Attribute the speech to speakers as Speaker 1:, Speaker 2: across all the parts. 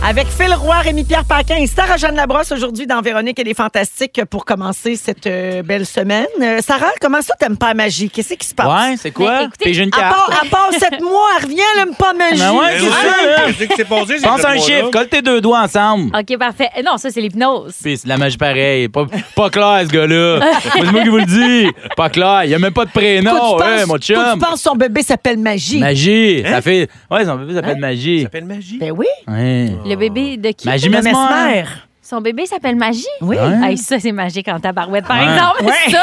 Speaker 1: Avec Phil Roy, Rémi-Pierre Paquin et Sarah Jeanne Labrosse aujourd'hui dans Véronique et les Fantastiques pour commencer cette euh, belle semaine. Euh, Sarah, comment ça t'aimes pas la magie? Qu'est-ce qui se passe?
Speaker 2: Ouais, c'est quoi?
Speaker 3: Mais Ben, écoutez,
Speaker 2: Puis j'ai une
Speaker 1: À
Speaker 2: carte.
Speaker 1: part, à part sept mois, elle revient, elle aime pas la magie.
Speaker 2: Ben ouais,
Speaker 1: Qu'est-ce
Speaker 2: c'est
Speaker 1: que
Speaker 2: ça,
Speaker 1: c'est?
Speaker 2: là.
Speaker 4: Qu'est-ce qui s'est passé? ces
Speaker 2: Pense à un
Speaker 4: deux
Speaker 2: chiffre,
Speaker 4: mois-là?
Speaker 2: colle tes deux doigts ensemble.
Speaker 3: OK, parfait. Euh, Non, ça, c'est l'hypnose.
Speaker 2: Puis c'est de la magie pareille. Pas, pas clair, ce gars-là. C'est moi qui vous le dis. Pas clair. Il n'y a même pas de
Speaker 1: Toi,
Speaker 2: prénom,
Speaker 1: tu
Speaker 2: hein,
Speaker 1: penses-
Speaker 2: mon
Speaker 1: toi, tu
Speaker 2: chum.
Speaker 1: penses que son bébé s'appelle Magie? Hein?
Speaker 2: Magie. Ça fait. Ouais, son bébé s'appelle Magie.
Speaker 4: Hein? Ça s'appelle magie.
Speaker 1: Ben oui.
Speaker 2: Ouais.
Speaker 3: Le bébé de qui?
Speaker 2: Magie
Speaker 1: Le
Speaker 2: Mesmer.
Speaker 1: mesmer.
Speaker 3: Son bébé s'appelle Magie?
Speaker 1: Oui.
Speaker 2: Hein?
Speaker 3: Hey, ça, c'est magique en tabarouette, par
Speaker 2: Ouais.
Speaker 3: exemple.
Speaker 1: Ouais.
Speaker 3: Ça,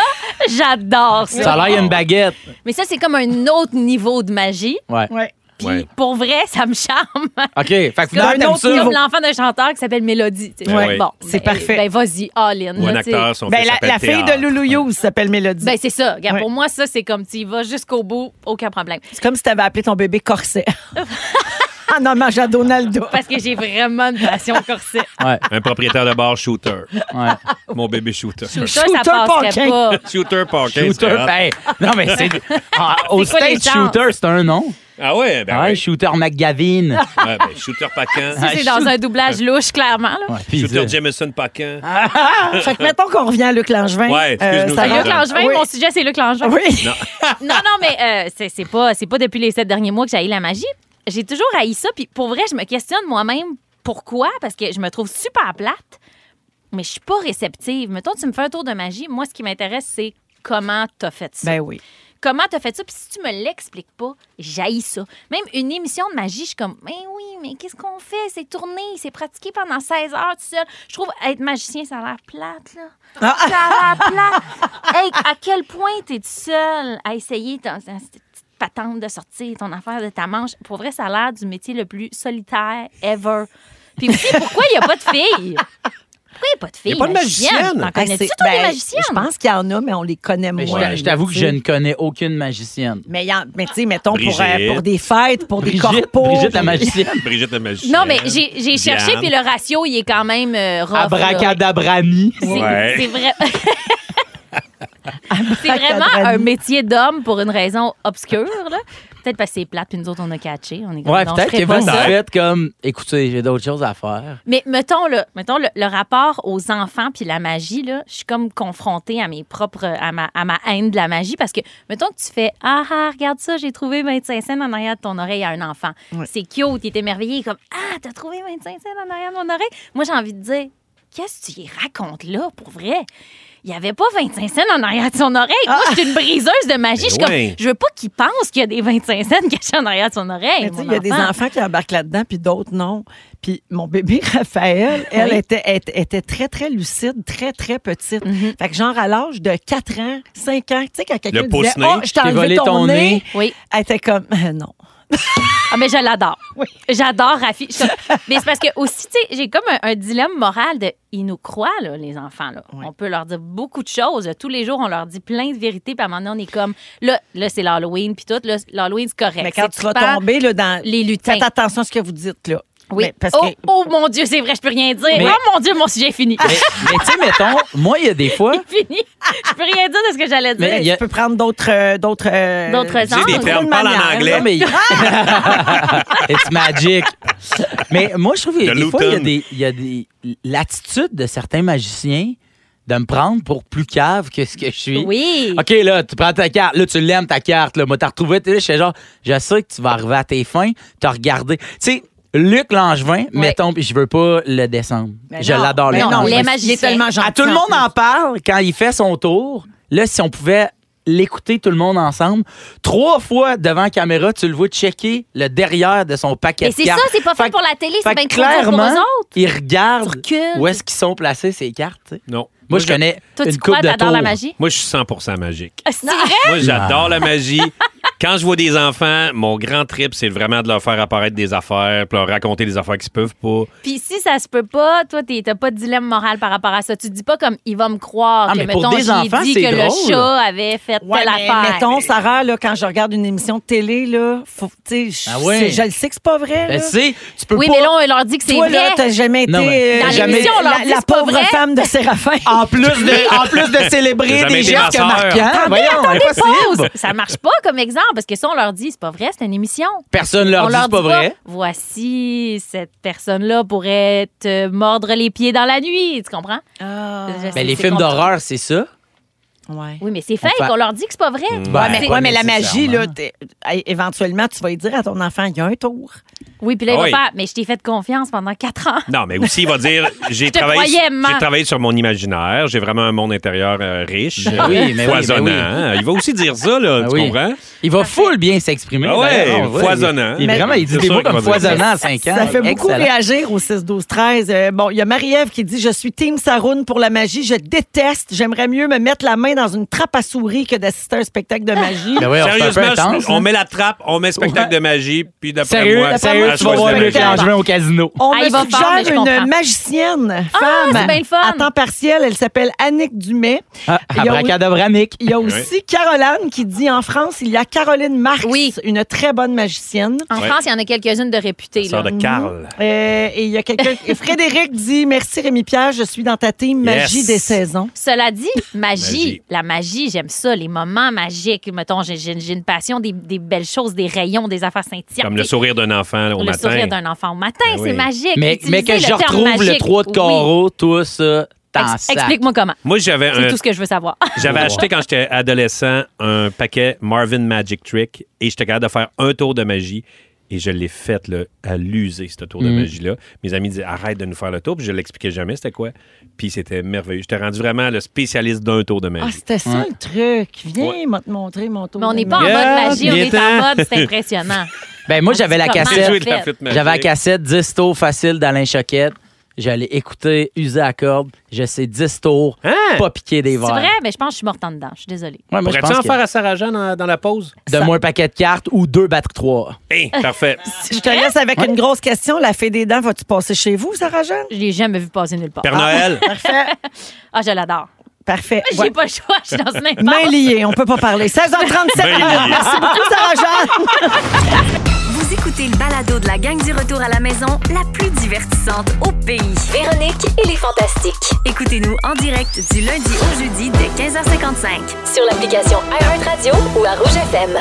Speaker 3: j'adore ça.
Speaker 2: Ça a l'air, il y a une baguette.
Speaker 3: Mais ça, c'est comme un autre niveau de magie.
Speaker 2: Ouais.
Speaker 1: Ouais.
Speaker 3: Puis,
Speaker 4: Ouais.
Speaker 3: pour vrai, ça me charme.
Speaker 2: OK. Fait
Speaker 3: C'est
Speaker 2: que
Speaker 3: comme,
Speaker 2: finalement,
Speaker 1: un
Speaker 2: t'aimes
Speaker 1: autre
Speaker 2: ça.
Speaker 3: comme l'enfant d'un chanteur qui s'appelle Mélodie. tu sais.
Speaker 4: Ouais.
Speaker 3: Bon,
Speaker 1: C'est
Speaker 3: ben,
Speaker 1: parfait.
Speaker 3: Ben, vas-y, all-in.
Speaker 4: Ou un
Speaker 3: là, tu sais.
Speaker 4: acteur, son
Speaker 1: Ben,
Speaker 4: fils
Speaker 1: la,
Speaker 4: s'appelle
Speaker 1: la fille
Speaker 4: Théâtre.
Speaker 1: de Loulou You s'appelle Mélodie.
Speaker 3: Ben, c'est ça. Regarde,
Speaker 1: Ouais.
Speaker 3: Pour moi, ça, c'est comme tu y vas jusqu'au bout, aucun problème.
Speaker 1: c'est comme si t'avais appelé ton bébé corset. en hommage à Donaldo.
Speaker 3: Parce que j'ai vraiment une passion au corset.
Speaker 2: Ouais.
Speaker 4: Un propriétaire de bar shooter.
Speaker 2: Ouais.
Speaker 4: Mon bébé shooter.
Speaker 3: Tout ça,
Speaker 1: Shooter
Speaker 3: ça passerait
Speaker 1: Parkin.
Speaker 3: pas.
Speaker 4: Shooter Parker.
Speaker 2: Shooter. Ben, non, mais c'est. Ah, Au
Speaker 3: C'est quoi les
Speaker 2: stage,
Speaker 3: chances?
Speaker 2: Shooter, c'est un nom.
Speaker 4: Ah ouais, ben
Speaker 2: Ouais,
Speaker 4: ouais.
Speaker 2: Shooter McGavin.
Speaker 4: Ouais, ben, shooter Paquin.
Speaker 3: Ça, c'est
Speaker 2: Ah,
Speaker 3: dans
Speaker 2: shoot.
Speaker 3: un doublage louche, clairement. là.
Speaker 2: Ouais, puis
Speaker 4: Shooter
Speaker 2: ça.
Speaker 4: Jameson Paquin.
Speaker 2: Ah,
Speaker 1: fait que mettons qu'on revient à Luc Langevin. Euh,
Speaker 4: Ouais, excuse-nous,
Speaker 1: ça
Speaker 4: Sarah.
Speaker 1: va?
Speaker 3: Luc Langevin,
Speaker 1: Oui.
Speaker 3: mon sujet, c'est Luc Langevin.
Speaker 1: Oui.
Speaker 3: Non, non, mais euh, c'est- c'est pas, c'est pas depuis les sept derniers mois que j'ai haï la magie. J'ai toujours haï ça. Puis pour vrai, je me questionne moi-même pourquoi, parce que je me trouve super plate, mais je suis pas réceptive. Mettons, tu me fais un tour de magie. Moi, ce qui m'intéresse, c'est comment t'as fait ça.
Speaker 1: Ben oui.
Speaker 3: Comment t'as fait ça? Puis si tu me l'expliques pas, j'haïs ça. Même une émission de magie, je suis comme, mais oui, mais qu'est-ce qu'on fait? C'est tourné, c'est pratiqué pendant 16 heures tout seul. Je trouve être magicien, ça a l'air plate, là. Ça a l'air plate. Hey, à quel point t'es tout seul à essayer ton, ton- cette petite patente de sortir ton affaire de ta manche? Pour vrai, ça a l'air du métier le plus solitaire ever. Puis aussi, pourquoi il n'y a pas de filles? Pourquoi il n'y a pas de filles?
Speaker 4: pas de magicienne.
Speaker 3: T'en
Speaker 1: Ah,
Speaker 3: connais-tu,
Speaker 1: c'est-
Speaker 3: toi, des
Speaker 1: ben,
Speaker 3: magiciennes?
Speaker 1: Je pense qu'il y en a, mais on les connaît
Speaker 2: Mais Ben, je
Speaker 1: moins.
Speaker 2: t'a- je t'avoue que je ne connais aucune magicienne.
Speaker 1: Mais, il y en- mais tu sais, mettons, pour, euh,
Speaker 4: Brigitte.
Speaker 1: pour des fêtes, pour des
Speaker 2: Brigitte,
Speaker 1: corpos.
Speaker 2: Brigitte la magicienne.
Speaker 4: Brigitte la magie.
Speaker 3: Non, mais j'ai j'ai cherché, puis le ratio, il est quand même euh, rough, là.
Speaker 2: Abracadabrani.
Speaker 3: C'est
Speaker 4: Ouais.
Speaker 3: c'est vrai. c'est vraiment un métier d'homme pour une raison obscure. là. Peut-être parce que c'est plate, puis nous autres, on a catché. On est comme,
Speaker 2: Ouais,
Speaker 3: non,
Speaker 2: peut-être
Speaker 3: je ferais
Speaker 2: que
Speaker 3: pas
Speaker 2: vous
Speaker 3: ça.
Speaker 2: faites comme, écoutez, j'ai d'autres choses à faire.
Speaker 3: Mais mettons, là, mettons le, le rapport aux enfants puis la magie, là, je suis comme confrontée à mes propres, à ma, à ma haine de la magie parce que, mettons que tu fais Ah, ah regarde ça, j'ai trouvé 25 cents en arrière de ton oreille à un enfant. C'est cute, il est émerveillé, comme Ah, t'as trouvé 25 cents en arrière de mon oreille. Moi, j'ai envie de dire Qu'est-ce que tu y racontes là, pour vrai? Il n'y avait pas 25 cents en arrière de son oreille. Moi,
Speaker 1: Ah!
Speaker 3: je suis une briseuse de magie. Je suis
Speaker 4: Ben
Speaker 3: comme,
Speaker 4: ouais.
Speaker 3: je veux pas qu'il pense qu'il y a des 25 cents cachés en arrière de son oreille.
Speaker 1: Mais tu sais,
Speaker 3: mon
Speaker 1: Il y a des
Speaker 3: enfant.
Speaker 1: enfants qui embarquent là-dedans, puis d'autres non. Puis mon bébé Raphaël, elle
Speaker 3: Oui.
Speaker 1: était, était, était très, très lucide, très, très petite.
Speaker 3: Mhm.
Speaker 1: Fait que genre à l'âge de 4 ans, 5 ans, tu sais, quand quelqu'un
Speaker 4: Le
Speaker 1: disait «
Speaker 4: pouce-nez.
Speaker 1: Oh, je t'ai
Speaker 2: T'es
Speaker 1: enlevé
Speaker 2: volé
Speaker 1: ton,
Speaker 2: ton
Speaker 1: nez.
Speaker 2: nez.
Speaker 3: Oui.
Speaker 1: elle était comme « Euh, Non.
Speaker 3: Ah, mais je l'adore.
Speaker 1: Oui.
Speaker 3: J'adore Rafi. Je- mais c'est parce que aussi, tu sais, j'ai comme un, un dilemme moral de ils nous croient, là, les enfants. Là.
Speaker 1: Oui.
Speaker 3: On peut leur dire beaucoup de choses. Tous les jours, on leur dit plein de vérités. Puis à un moment donné, on est comme là, là c'est l'Halloween. Puis tout, là, l'Halloween, c'est correct.
Speaker 1: Mais quand
Speaker 3: C'est
Speaker 1: tu vas
Speaker 3: trippant.
Speaker 1: tomber là, dans...
Speaker 3: Les lutins.
Speaker 1: Faites attention à ce que vous dites, là.
Speaker 3: Oui.
Speaker 1: Mais parce
Speaker 3: oh,
Speaker 1: que...
Speaker 3: oh, mon Dieu, c'est vrai, je peux rien dire.
Speaker 2: Mais-
Speaker 3: Oh mon Dieu, mon sujet est fini.
Speaker 2: Mais, mais tu sais, mettons, moi, il y a des fois,
Speaker 3: fini. Je peux rien dire de ce que j'allais dire.
Speaker 2: Mais il y a-
Speaker 1: Tu peux prendre d'autres... euh, d'autres euh,
Speaker 3: D'autres
Speaker 4: J'ai des
Speaker 3: angles.
Speaker 4: termes. Parle en
Speaker 1: manière.
Speaker 4: anglais.
Speaker 2: Non, mais.
Speaker 1: Ah!
Speaker 2: It's magic. Mais moi, je trouve qu'il y a
Speaker 4: De
Speaker 2: des fois, il y a
Speaker 4: Luton.
Speaker 2: des. il y a des- L'attitude de certains magiciens de me prendre pour plus cave que ce que je suis.
Speaker 3: Oui.
Speaker 2: OK, là, tu prends ta carte. Là, tu l'aimes, ta carte. Là, moi, t'as retrouvé. T'es là, je suis genre, je sais que tu vas arriver à tes fins. T'as regardé. Tu sais, Luc Langevin, mettons, puis je veux pas le descendre.
Speaker 3: Ben
Speaker 1: Mais
Speaker 2: je
Speaker 1: non,
Speaker 2: l'adore,
Speaker 1: mais
Speaker 2: Luc
Speaker 1: Ben non,
Speaker 3: les
Speaker 1: il
Speaker 2: Langevin.
Speaker 1: est
Speaker 3: magiciens.
Speaker 1: tellement gentil
Speaker 2: À tout le
Speaker 1: en
Speaker 2: monde
Speaker 1: plus.
Speaker 2: en parle quand il fait son tour. Là, si on pouvait l'écouter tout le monde ensemble, trois fois devant la caméra, tu le vois checker le derrière de son paquet
Speaker 3: Mais
Speaker 2: de
Speaker 3: c'est ça,
Speaker 2: cartes.
Speaker 3: c'est pas fait
Speaker 2: Fait
Speaker 3: pour la télé,
Speaker 2: Fait
Speaker 3: c'est
Speaker 2: que
Speaker 3: bien trop dur pour
Speaker 2: clairement,
Speaker 3: eux autres.
Speaker 2: il regarde
Speaker 3: Tu recules.
Speaker 2: où est-ce qu'ils sont placés ces cartes. tu sais.
Speaker 4: Non.
Speaker 2: Moi, je
Speaker 4: j'a-
Speaker 2: connais
Speaker 3: Toi,
Speaker 2: une
Speaker 3: tu crois,
Speaker 2: coupe de
Speaker 3: t'adores
Speaker 2: tours.
Speaker 3: la magie?
Speaker 4: Moi, je suis 100 magique.
Speaker 3: Ah, C'est vrai?
Speaker 4: Moi, j'adore la magie. Quand je vois des enfants, mon grand trip, c'est vraiment de leur faire apparaître des affaires, puis leur raconter des affaires qu'ils se peuvent pas.
Speaker 3: Puis si ça se peut pas, toi, t'es- t'as pas de dilemme moral par rapport à ça. Tu dis pas comme il va me croire
Speaker 2: Ah,
Speaker 3: que,
Speaker 2: mais pour
Speaker 3: mettons,
Speaker 2: des
Speaker 3: j'ai
Speaker 2: enfants,
Speaker 3: dit
Speaker 2: c'est
Speaker 3: que
Speaker 2: drôle.
Speaker 3: le chat avait fait
Speaker 1: Ouais,
Speaker 3: telle
Speaker 1: mais
Speaker 3: affaire.
Speaker 1: mettons, Sarah, là, quand je regarde une émission de télé, là, faut, tu sais,
Speaker 2: Ah
Speaker 1: je-
Speaker 2: ouais.
Speaker 1: c'est- je le sais que c'est pas vrai.
Speaker 2: Ben,
Speaker 1: là.
Speaker 2: tu sais, tu peux
Speaker 3: oui,
Speaker 2: pas.
Speaker 3: mais là, on leur dit que c'est
Speaker 1: Toi,
Speaker 3: vrai.
Speaker 1: là, t'as jamais été
Speaker 2: Non, mais-
Speaker 1: euh,
Speaker 3: Dans
Speaker 1: jamais-
Speaker 3: l'émission, on leur
Speaker 1: la,
Speaker 3: dit
Speaker 1: la
Speaker 3: c'est pas
Speaker 1: pauvre
Speaker 3: vrai.
Speaker 1: femme de Séraphin.
Speaker 2: En plus de, en plus de
Speaker 4: J'ai
Speaker 2: célébrer
Speaker 4: jamais
Speaker 2: des
Speaker 4: été
Speaker 2: gestes
Speaker 4: ma sœur.
Speaker 2: marquants, voyons, impossible.
Speaker 3: Ça marche pas comme exemple, parce que ça, on leur dit, c'est pas vrai, c'est une émission.
Speaker 2: Personne leur
Speaker 3: on
Speaker 2: dit c'est pas vrai.
Speaker 3: voici, cette personne-là pourrait te mordre les pieds dans la nuit, tu comprends? Je sais,
Speaker 2: Mais Ben, les
Speaker 3: c'est
Speaker 2: films
Speaker 3: compliqué.
Speaker 2: d'horreur, c'est ça.
Speaker 1: Ouais.
Speaker 3: Oui, mais c'est fake,
Speaker 2: fait-
Speaker 3: on leur dit que c'est pas vrai.
Speaker 2: Ben,
Speaker 1: mais,
Speaker 2: pas
Speaker 1: ouais, mais la magie,
Speaker 2: nécessairement.
Speaker 1: là, t'es- é- éventuellement, tu vas lui dire à ton enfant, il y a un tour.
Speaker 3: Oui, puis là, il
Speaker 4: Ah
Speaker 3: va
Speaker 4: oui.
Speaker 3: faire, mais je t'ai fait confiance pendant quatre ans.
Speaker 4: Non, mais aussi, il va dire j'ai
Speaker 3: te
Speaker 4: travaillé,
Speaker 3: croyais, man.
Speaker 4: j'ai travaillé sur mon imaginaire, j'ai vraiment un monde intérieur euh, riche,
Speaker 2: Ben oui,
Speaker 4: euh,
Speaker 2: mais oui, ben
Speaker 4: foisonnant.
Speaker 2: oui.
Speaker 4: hein. Il va aussi dire ça, là,
Speaker 2: Ben
Speaker 4: tu
Speaker 2: oui.
Speaker 4: comprends?
Speaker 2: Il va full bien s'exprimer.
Speaker 4: Ah ouais,
Speaker 2: d'ailleurs, on voit,
Speaker 4: foisonnant.
Speaker 2: Il, il-
Speaker 4: Mais-
Speaker 2: vraiment, il dit
Speaker 4: C'est
Speaker 2: des
Speaker 4: sûr
Speaker 2: mots
Speaker 4: qu'il
Speaker 2: comme
Speaker 4: va dire ça.
Speaker 2: foisonnant à 5 ans.
Speaker 1: Ça fait beaucoup
Speaker 2: Excellent.
Speaker 1: réagir au 6, 12, 13. Euh, bon, il y a Marie-Ève qui dit Je suis Team Saroun pour la magie. Je déteste. J'aimerais mieux me mettre la main dans une trappe à souris que d'assister à un spectacle de magie.
Speaker 2: Ben oui, on fait un peu
Speaker 4: Sérieusement,
Speaker 2: intense,
Speaker 4: je- on
Speaker 2: hein.
Speaker 4: met la trappe, on met spectacle de magie, puis d'après
Speaker 2: Sérieux,
Speaker 4: moi,
Speaker 2: sérieux,
Speaker 4: elle
Speaker 2: tu vas
Speaker 4: choisit
Speaker 2: voir
Speaker 4: la
Speaker 2: Luc
Speaker 4: magie.
Speaker 1: Langevin.
Speaker 2: Langevin au casino.
Speaker 1: On
Speaker 3: Ah,
Speaker 1: me
Speaker 3: il va
Speaker 1: suggère
Speaker 3: faire, mais je
Speaker 1: une
Speaker 3: comprends.
Speaker 1: magicienne
Speaker 3: Ah,
Speaker 1: femme
Speaker 3: c'est bien le fun.
Speaker 1: à temps partiel. Elle s'appelle Annick Dumais.
Speaker 2: Ah,
Speaker 1: Il y a-
Speaker 2: Abracadabramique.
Speaker 1: Il y a aussi Caroline qui dit en France, il y a Caroline Marx,
Speaker 3: Oui.
Speaker 1: une très bonne magicienne.
Speaker 3: En
Speaker 4: Ouais.
Speaker 3: France, il y en a quelques-unes de réputées.
Speaker 4: Sœur
Speaker 3: là.
Speaker 4: de Carl.
Speaker 1: Euh, et il y a quelqu'un. et Frédéric dit Merci Rémi-Pierre, je suis dans ta team Magie
Speaker 4: Yes.
Speaker 1: des saisons.
Speaker 3: Cela dit, magie,
Speaker 4: Magie.
Speaker 3: la magie, j'aime ça, les moments magiques. Mettons, j'ai- j'ai j'ai une passion des, des belles choses, des rayons, des affaires scintillantes.
Speaker 4: Comme le
Speaker 3: des-
Speaker 4: sourire d'un enfant là, au
Speaker 3: le
Speaker 4: matin.
Speaker 3: sourire d'un enfant au matin,
Speaker 4: Ben
Speaker 3: c'est
Speaker 4: oui.
Speaker 3: magique.
Speaker 2: Mais,
Speaker 3: Utilisez
Speaker 2: mais que je
Speaker 3: terme
Speaker 2: retrouve le
Speaker 3: magique.
Speaker 2: 3 de
Speaker 3: Oui.
Speaker 2: carreau, tout ça,
Speaker 3: Ex-
Speaker 2: t'en sac.
Speaker 3: Explique-moi comment.
Speaker 4: Moi, j'avais
Speaker 3: C'est
Speaker 4: un-
Speaker 3: tout ce que je veux savoir.
Speaker 4: j'avais acheté quand j'étais adolescent un paquet Marvin Magic Trick et j'étais capable de faire un tour de magie. Et je l'ai fait là, à l'user, ce tour de
Speaker 2: Mm.
Speaker 4: magie-là. Mes amis disaient arrête de nous faire le tour, puis je l'expliquais jamais, c'était quoi. Puis c'était merveilleux. J'étais rendu vraiment le spécialiste d'un tour de
Speaker 1: Ah,
Speaker 4: magie.
Speaker 1: c'était ça le truc. Viens moi, te montrer mon tour.
Speaker 3: Mais on
Speaker 1: de
Speaker 3: n'est pas en
Speaker 1: magie.
Speaker 3: mode
Speaker 4: Regarde,
Speaker 3: magie, on
Speaker 4: il
Speaker 3: est
Speaker 4: est
Speaker 3: en
Speaker 4: temps.
Speaker 3: mode, c'est impressionnant.
Speaker 2: Ben, moi, j'avais la
Speaker 3: Comment?
Speaker 4: J'ai
Speaker 2: cassette.
Speaker 4: joué de la flûte magique.
Speaker 2: J'avais la cassette 10 tours facile d'Alain Choquette. J'allais écouter, user à corde. Je sais 10 tours,
Speaker 4: Hein?
Speaker 2: pas piquer des
Speaker 3: C'est
Speaker 2: verres.
Speaker 3: vrai, mais je pense que je suis morte en dedans. Je suis désolée.
Speaker 2: Ouais, moi, je
Speaker 4: Pourrais-tu en
Speaker 2: pense que
Speaker 4: faire à Ah, Sarah Jeanne dans, dans la pause?
Speaker 2: Donne-moi un paquet de cartes ou deux batteries 3.
Speaker 4: Hey, parfait.
Speaker 1: Je te
Speaker 3: Hein?
Speaker 1: laisse avec une grosse question. La fée des dents, vas-tu passer chez vous, Sarah Jeanne?
Speaker 3: Je l'ai jamais vu passer nulle part.
Speaker 4: Père Noël,
Speaker 1: Parfait.
Speaker 3: Ah, je l'adore.
Speaker 1: Parfait.
Speaker 3: J'ai
Speaker 1: Ouais.
Speaker 3: pas le choix, je suis dans une
Speaker 1: Main
Speaker 3: impasse.
Speaker 1: liée, on peut pas parler. 16h37.
Speaker 4: Main liée.
Speaker 1: Merci beaucoup, Sarah Jeanne.
Speaker 5: Ah,
Speaker 6: Vous écoutez le balado de la gang du retour à la maison, la plus divertissante au pays.
Speaker 7: Véronique et les Fantastiques.
Speaker 6: Écoutez-nous en direct du lundi au jeudi dès 15h55.
Speaker 7: Sur l'application iHeartRadio ou à Rouge FM.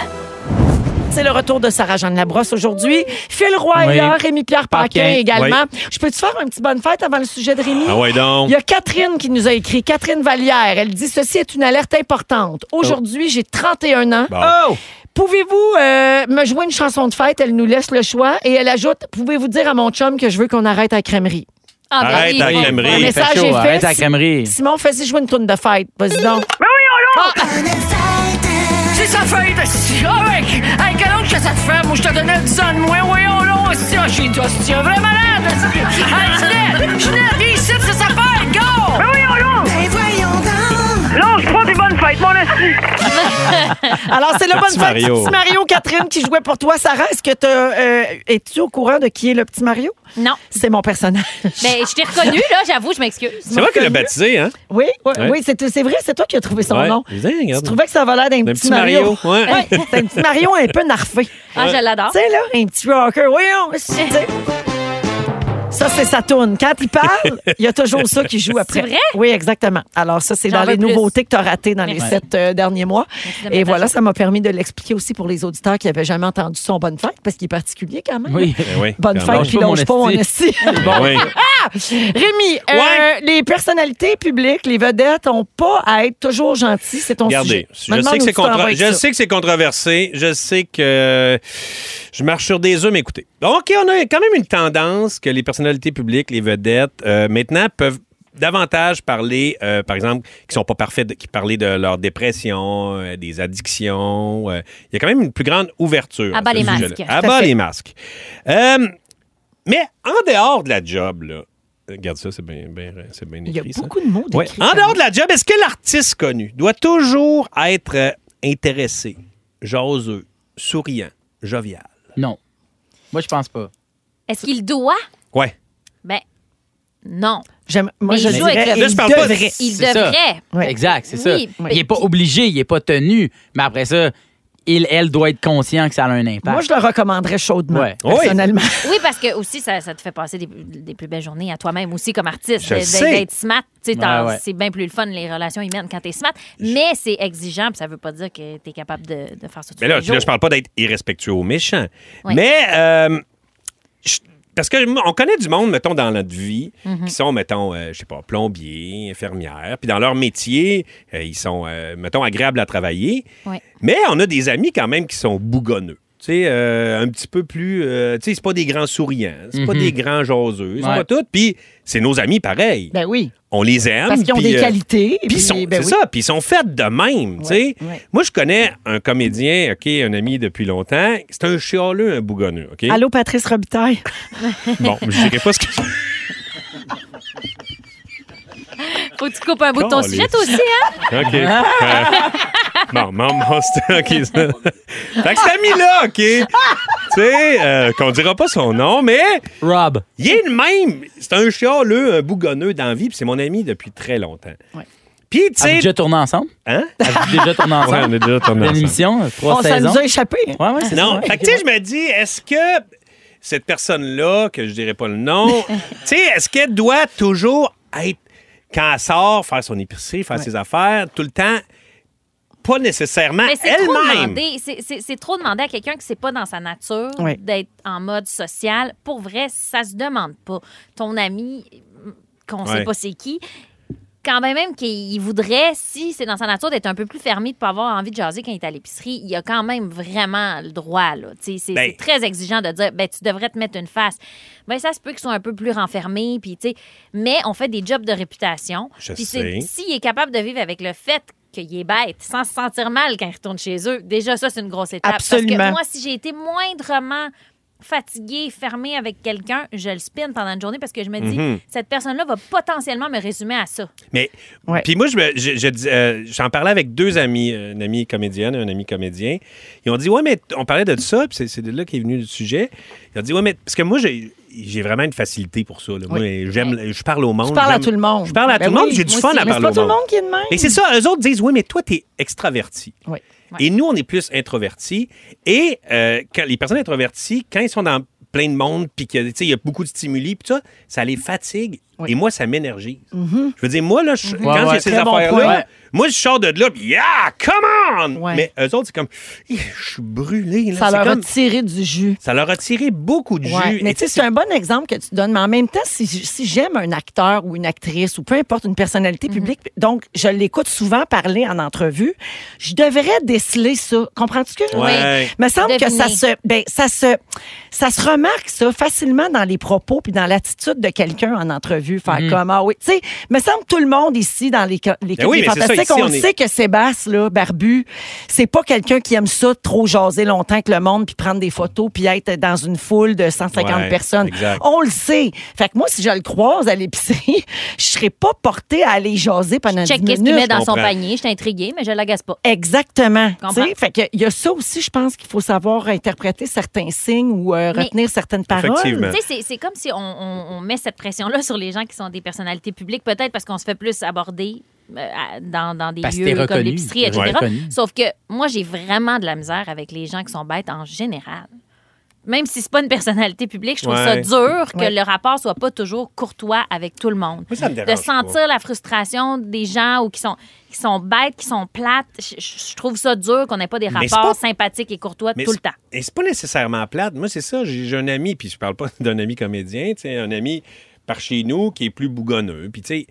Speaker 1: C'est le retour de Sarah-Jeanne Labrosse aujourd'hui. Phil Roy est
Speaker 2: Oui.
Speaker 1: là, Rémi-Pierre Paquin,
Speaker 2: Paquin,
Speaker 1: également. Je peux-tu faire une petite bonne fête avant le sujet de Rémi?
Speaker 4: Ah ouais donc.
Speaker 1: Il y a Catherine qui nous a écrit, Catherine Vallière. Elle dit Ceci est une alerte importante. Aujourd'hui, j'ai 31 ans.
Speaker 4: Oh. Bon.
Speaker 2: Oh!
Speaker 1: Pouvez-vous euh, me jouer une chanson de fête Elle nous laisse le choix. Et elle ajoute Pouvez-vous dire à mon chum que je veux qu'on arrête à la crèmerie
Speaker 3: Ah, ben
Speaker 4: Arrête
Speaker 3: oui,
Speaker 4: la
Speaker 3: bon,
Speaker 4: crèmerie. hein.
Speaker 3: bon.
Speaker 1: Mais ça,
Speaker 2: fait
Speaker 1: j'ai
Speaker 2: chaud,
Speaker 1: fait,
Speaker 2: arrête la
Speaker 1: c'est-
Speaker 2: crèmerie.
Speaker 1: Simon, fais-y jouer une tourne de fête. Vas-y donc.
Speaker 8: Ben
Speaker 9: Ah! C'est sa fête, si avec! Hey, quel âge que ça te fait? Moi, je te donnais 10 ans de moins. Voyons, là, si, ah, j'ai dit, ah, c'est un vrai malade! hostie. Hey, Ginette! Ginette, viens ici, c'est sa fête, go! Ben voyons, là! Ben voyons, donc! Là, je prends des bonnes fêtes, mon esti!
Speaker 1: Alors, c'est le bon
Speaker 4: petit
Speaker 1: fête
Speaker 4: Mario.
Speaker 1: petit Mario, Catherine, qui jouait pour toi. Sarah, est-ce que t'as, euh, es-tu au courant de qui est le petit Mario?
Speaker 3: Non,
Speaker 1: C'est mon personnage.
Speaker 3: mais Ben, je t'ai reconnu, là, j'avoue, je m'excuse.
Speaker 4: C'est vrai qu'il a baptisé, hein?
Speaker 1: Oui, oui,
Speaker 4: Ouais.
Speaker 1: oui, c'est, c'est vrai, c'est toi qui as trouvé son
Speaker 4: Ouais.
Speaker 1: nom.
Speaker 4: Je disais,
Speaker 1: Tu
Speaker 4: regarde.
Speaker 1: trouvais que ça avait l'air d'un
Speaker 4: Un
Speaker 1: petit Mario.
Speaker 4: ouais.
Speaker 1: Ouais, c'est un petit Mario un peu narfé.
Speaker 3: Ah, je l'adore.
Speaker 1: Tu sais, là, un petit rocker. Voyons, tu sais. Ça, c'est sa tourne. Quand il parle, il y a toujours ça qui joue après.
Speaker 3: C'est vrai?
Speaker 1: Oui, exactement. Alors, ça, c'est
Speaker 3: J'en
Speaker 1: dans les
Speaker 3: veux plus.
Speaker 1: nouveautés que tu as ratées dans les
Speaker 3: Merci.
Speaker 1: sept euh, derniers mois.
Speaker 3: de me
Speaker 1: Et
Speaker 3: mettre à
Speaker 1: voilà,
Speaker 3: jour.
Speaker 1: ça m'a permis de l'expliquer aussi pour les auditeurs qui n'avaient jamais entendu son Bonne Fête, parce qu'il est particulier quand même.
Speaker 2: Oui.
Speaker 4: Ben oui.
Speaker 1: Bonne
Speaker 4: Quand
Speaker 1: fête,
Speaker 4: même.
Speaker 2: lâche
Speaker 1: puis
Speaker 2: pas mon
Speaker 1: lâche pas mon esti. Ah!
Speaker 4: Ben oui.
Speaker 1: Rémi, euh,
Speaker 4: Ouais.
Speaker 1: les personnalités publiques, les vedettes n'ont pas à être toujours gentilles. C'est ton
Speaker 4: Regardez,
Speaker 1: sujet.
Speaker 4: je,
Speaker 1: Me
Speaker 4: sais
Speaker 1: demande
Speaker 4: que c'est
Speaker 1: où tu t'en
Speaker 4: contra-
Speaker 1: vas avec
Speaker 4: je
Speaker 1: ça.
Speaker 4: sais que c'est controversé, je sais que euh, je marche sur des œufs, mais écoutez. OK, on a quand même une tendance que les personnalités publiques, les vedettes, euh, maintenant peuvent davantage parler, euh, par exemple, qui sont pas parfaits, qui parlent de leur dépression, euh, des addictions. euh, Il y a quand même une plus grande ouverture.
Speaker 3: À bas
Speaker 4: ce
Speaker 3: les
Speaker 4: sujet-là.
Speaker 3: masques.
Speaker 4: À
Speaker 1: Tout à
Speaker 4: bas
Speaker 1: fait.
Speaker 4: les masques. Euh, mais en dehors de la job, là, regarde ça, c'est bien, bien- c'est bien écrit.
Speaker 1: Il y a
Speaker 4: ça.
Speaker 1: beaucoup de mots
Speaker 4: Ouais.
Speaker 1: d'écrits.
Speaker 4: En dehors de la job, est-ce que l'artiste connu doit toujours être euh, intéressé, jaseux, souriant, jovial?
Speaker 2: Non. Moi, je pense pas.
Speaker 3: Est-ce qu'il doit?
Speaker 4: Ouais.
Speaker 3: Ben, non.
Speaker 1: J'aime- Moi,
Speaker 3: Mais
Speaker 1: je
Speaker 3: il joue
Speaker 1: dirais,
Speaker 3: avec
Speaker 4: le- Là, je parle pas de-
Speaker 1: devrait.
Speaker 3: Il
Speaker 2: C'est ça.
Speaker 3: devrait.
Speaker 1: Ouais.
Speaker 2: Exact, c'est
Speaker 3: Oui,
Speaker 2: ça. Il n'est pas obligé, il n'est pas tenu. Mais après ça, il, elle doit être conscient que ça a un impact.
Speaker 1: Moi, je le recommanderais chaudement,
Speaker 2: Ouais.
Speaker 4: Oui.
Speaker 1: personnellement.
Speaker 3: Oui, parce que aussi, ça, ça te fait passer des, des plus belles journées à toi-même aussi comme artiste.
Speaker 4: Je
Speaker 3: D'être-
Speaker 4: sais.
Speaker 3: D'être smart, tu sais, t'en-
Speaker 2: Ouais, ouais.
Speaker 3: c'est bien plus le fun, les relations humaines, quand t'es smart. Mais c'est exigeant, puis ça veut pas dire que t'es capable de, de faire ça tous
Speaker 4: Mais là, là,
Speaker 3: les jours.
Speaker 4: je parle pas d'être irrespectueux aux méchants.
Speaker 3: Oui.
Speaker 4: Mais euh, je- parce que moi, on connaît du monde, mettons, dans notre vie, qui sont, mettons, euh, je sais pas, plombiers, infirmières, puis dans leur métier, euh, ils sont, euh, mettons, agréables à travailler.
Speaker 3: Oui.
Speaker 4: Mais on a des amis quand même qui sont bougonneux. Tu sais, euh, un petit peu plus. euh, tu sais, c'est pas des grands souriants, c'est pas
Speaker 2: Mhm.
Speaker 4: des grands jaseux, c'est
Speaker 2: Ouais.
Speaker 4: pas tout. Puis c'est nos amis pareil.
Speaker 1: Ben oui,
Speaker 4: on les aime.
Speaker 1: parce qu'ils ont
Speaker 4: puis,
Speaker 1: des
Speaker 4: euh,
Speaker 1: qualités.
Speaker 4: puis ils sont,
Speaker 1: ben
Speaker 4: c'est
Speaker 1: oui.
Speaker 4: ça, puis ils sont faits de même, tu sais.
Speaker 1: ouais.
Speaker 4: Moi, je connais un comédien, OK, un ami depuis longtemps. C'est un chialeux, un bougonneux, OK?
Speaker 1: Allô, Patrice Robitaille.
Speaker 4: Bon, je dirais pas ce que...
Speaker 3: Faut que tu coupes un bout de ton
Speaker 4: Caliste.
Speaker 3: sujet, toi aussi, hein?
Speaker 4: OK.
Speaker 1: Ah.
Speaker 4: Euh, Bon, maman, c'est... OK, ça. Fait que cet ami-là, OK, tu sais, euh, qu'on dira pas son nom, mais
Speaker 2: Rob.
Speaker 4: il est le même. C'est un chialeux, un bougonneux dans la vie, puis c'est mon ami depuis très longtemps.
Speaker 1: Ouais.
Speaker 4: Puis, tu sais...
Speaker 2: Avez-vous déjà tourné ensemble?
Speaker 4: Hein?
Speaker 2: Avez-vous déjà tourné
Speaker 4: Ouais, on
Speaker 2: ensemble?
Speaker 4: a déjà tourné
Speaker 2: Une
Speaker 4: ensemble.
Speaker 2: émission, trois
Speaker 1: On, ça
Speaker 2: saisons.
Speaker 1: nous a échappé.
Speaker 2: Ouais, ouais, c'est ça,
Speaker 4: Ah, Non.
Speaker 2: ouais.
Speaker 4: Fait que, tu sais, je me dis, est-ce que cette personne-là, que je dirais pas le nom, tu sais, est-ce qu'elle doit toujours être, quand elle sort, faire son épicerie, faire ses affaires, tout le temps, pas nécessairement
Speaker 3: Mais c'est trop
Speaker 4: elle-même?
Speaker 3: demandé. C'est- C'est c'est trop demandé à quelqu'un qui c'est pas dans sa nature
Speaker 1: Oui.
Speaker 3: d'être en mode social. Pour vrai, ça se demande pas. Ton ami, qu'on
Speaker 4: Ouais.
Speaker 3: sait pas c'est qui, quand même, même qu'il voudrait, si c'est dans sa nature, d'être un peu plus fermé, de pas avoir envie de jaser quand il est à l'épicerie, il a quand même vraiment le droit. là. Tu sais, C'est
Speaker 4: Ben.
Speaker 3: c'est très exigeant de dire ben, tu devrais te mettre une face. Ben, ça se peut qu'ils soient un peu plus renfermés. puis tu sais, Mais on fait des jobs de réputation.
Speaker 4: Je
Speaker 3: Puis
Speaker 4: sais.
Speaker 3: c'est- S'il est capable de vivre avec le fait qu'il est bête, sans se sentir mal quand il retourne chez eux, déjà, ça, c'est une grosse étape. Parce
Speaker 1: Absolument.
Speaker 3: que moi, si j'ai été moindrement fatiguée, fermée avec quelqu'un, je le spin pendant une journée parce que je me dis,
Speaker 4: Mhm.
Speaker 3: cette personne-là va potentiellement me résumer à ça.
Speaker 4: Mais,
Speaker 1: Ouais.
Speaker 4: puis moi, je me- je- je dis- euh, j'en parlais avec deux amis, euh, une amie comédienne et un ami comédien. Ils ont dit, ouais, mais t- on parlait de ça, puis c'est- c'est de là qu'est venu le sujet. Ils ont dit, ouais, mais, parce que moi, j'ai j'ai vraiment une facilité pour ça. là. Moi, j'aime, je parle au monde.
Speaker 1: Tu parles à
Speaker 4: j'aime-
Speaker 1: tout le monde.
Speaker 4: Je parle à
Speaker 1: Ben
Speaker 4: tout le monde,
Speaker 1: oui,
Speaker 4: j'ai du
Speaker 1: moi
Speaker 4: fun
Speaker 1: aussi.
Speaker 4: à
Speaker 1: Mais
Speaker 4: parler au
Speaker 1: C'est pas tout le monde qui est de même.
Speaker 4: Et c'est ça, eux autres disent, oui, mais toi, t'es extraverti.
Speaker 1: Oui.
Speaker 4: Et nous, on est plus introvertis. Et euh, quand les personnes introverties, quand ils sont dans plein de monde, puis que, tu sais, il y a beaucoup de stimuli, puis ça, ça les fatigue.
Speaker 1: Oui.
Speaker 4: Et moi, ça m'énergise.
Speaker 10: Mm-hmm.
Speaker 4: Je veux dire, moi, là, je- quand
Speaker 2: Ouais,
Speaker 4: j'ai
Speaker 2: ouais,
Speaker 4: ces
Speaker 2: très bon
Speaker 4: affaires-là,
Speaker 2: point. Ouais.
Speaker 4: moi, je sors de là, puis yeah, come on!
Speaker 1: Ouais.
Speaker 4: Mais eux autres, c'est comme, Hi, je suis brûlé. Là.
Speaker 1: Ça
Speaker 4: C'est
Speaker 1: leur a
Speaker 4: comme-
Speaker 1: tiré du jus.
Speaker 4: ça leur a tiré beaucoup de
Speaker 1: Ouais,
Speaker 4: jus.
Speaker 1: Mais
Speaker 4: Et
Speaker 1: tu sais, c'est un bon exemple que tu donnes. Mais en même temps, si, si j'aime un acteur ou une actrice ou peu importe une personnalité
Speaker 4: Mhm.
Speaker 1: publique, donc je l'écoute souvent parler en entrevue, je devrais déceler ça. Comprends-tu ce que je veux dire?
Speaker 4: Ouais.
Speaker 1: Me semble que ça
Speaker 3: Deviner.
Speaker 1: se, ben, ça se, ça se remarque ça facilement dans les propos puis dans l'attitude de quelqu'un en entrevue. Faire comme ah oui, tu sais, me semble que tout le monde ici dans les co- l'équipe
Speaker 4: Mhm. Ben oui,
Speaker 1: des
Speaker 4: mais c'est ça,
Speaker 1: fantastiques,
Speaker 4: ici,
Speaker 1: on,
Speaker 4: on
Speaker 1: le
Speaker 4: est-
Speaker 1: sait que Sébastien là, barbu, c'est pas quelqu'un qui aime ça trop jaser longtemps avec le monde puis prendre des photos puis être dans une foule de 150
Speaker 4: Ouais,
Speaker 1: personnes.
Speaker 4: exact.
Speaker 1: On le sait. Fait que moi si je le croise à l'épicerie, je serais pas portée à aller jaser pendant 10
Speaker 3: Check
Speaker 1: minutes.
Speaker 3: qu'est-ce qu'il met dans son
Speaker 4: comprends.
Speaker 3: panier. Je suis intriguée, mais je l'agace pas.
Speaker 1: Exactement.
Speaker 3: Comprends.
Speaker 1: Tu sais, Fait que il y a ça aussi, je pense qu'il faut savoir interpréter certains signes ou euh,
Speaker 3: Mais-
Speaker 1: retenir certaines paroles.
Speaker 4: Effectivement.
Speaker 3: Tu sais, c'est- c'est comme si on, on- on met cette pression-là sur les gens qui sont des personnalités publiques, peut-être parce qu'on se fait plus aborder euh, à- dans, dans des
Speaker 2: Parce que
Speaker 3: lieux
Speaker 2: t'es
Speaker 3: comme
Speaker 2: reconnu,
Speaker 3: l'épicerie,
Speaker 2: t'es
Speaker 3: etc.
Speaker 2: reconnu.
Speaker 3: Sauf que moi, j'ai vraiment de la misère avec les gens qui sont bêtes en général. Même si c'est pas une personnalité publique, je trouve ça
Speaker 4: Ouais.
Speaker 3: dur que
Speaker 1: Ouais.
Speaker 3: le rapport soit pas toujours courtois avec tout le monde.
Speaker 4: Moi, ça me
Speaker 3: de
Speaker 4: dérange
Speaker 3: sentir la frustration des gens ou qui sont qui sont bêtes, qui sont plates, je, je- je trouve ça dur qu'on n'ait pas des
Speaker 4: Mais c'est
Speaker 3: rapports
Speaker 4: pas-
Speaker 3: sympathiques et courtois
Speaker 4: Mais
Speaker 3: tout le
Speaker 4: c'est-
Speaker 3: temps.
Speaker 4: Et c'est pas nécessairement plate. Moi, c'est ça. J'ai j'ai un ami, puis je parle pas d'un ami comédien, tu sais, un ami par chez nous qui est plus bougonneux. Puis, tu sais,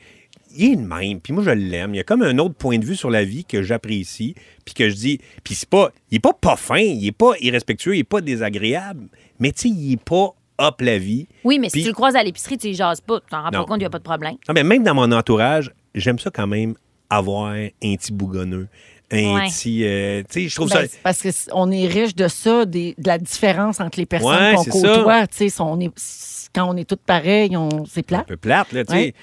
Speaker 4: il est le même. Puis moi, je l'aime. Il y a comme un autre point de vue sur la vie que j'apprécie, puis que je dis. Puis c'est pas. Il est pas pas fin, il est pas irrespectueux, il est pas désagréable. Mais, tu sais, il est pas hop la vie.
Speaker 3: Oui, mais
Speaker 4: Puis-
Speaker 3: si tu le croises à l'épicerie, tu y jases pas, tu t'en rends pas
Speaker 4: Non.
Speaker 3: compte, il n'y a pas de problème.
Speaker 4: Non, mais même dans mon entourage, j'aime ça quand même avoir un petit bougonneux. Un
Speaker 3: Ouais.
Speaker 4: petit. euh, tu sais, je trouve
Speaker 1: Ben,
Speaker 4: ça.
Speaker 1: c'est parce que c- on est riche de ça, des- de la différence entre les personnes
Speaker 4: Ouais,
Speaker 1: qu'on
Speaker 4: c'est
Speaker 1: côtoie. Tu sais, si on est- si- quand on est toutes pareilles, on c'est
Speaker 4: un
Speaker 1: plat.
Speaker 4: peu plate, là, tu sais.
Speaker 1: Ouais.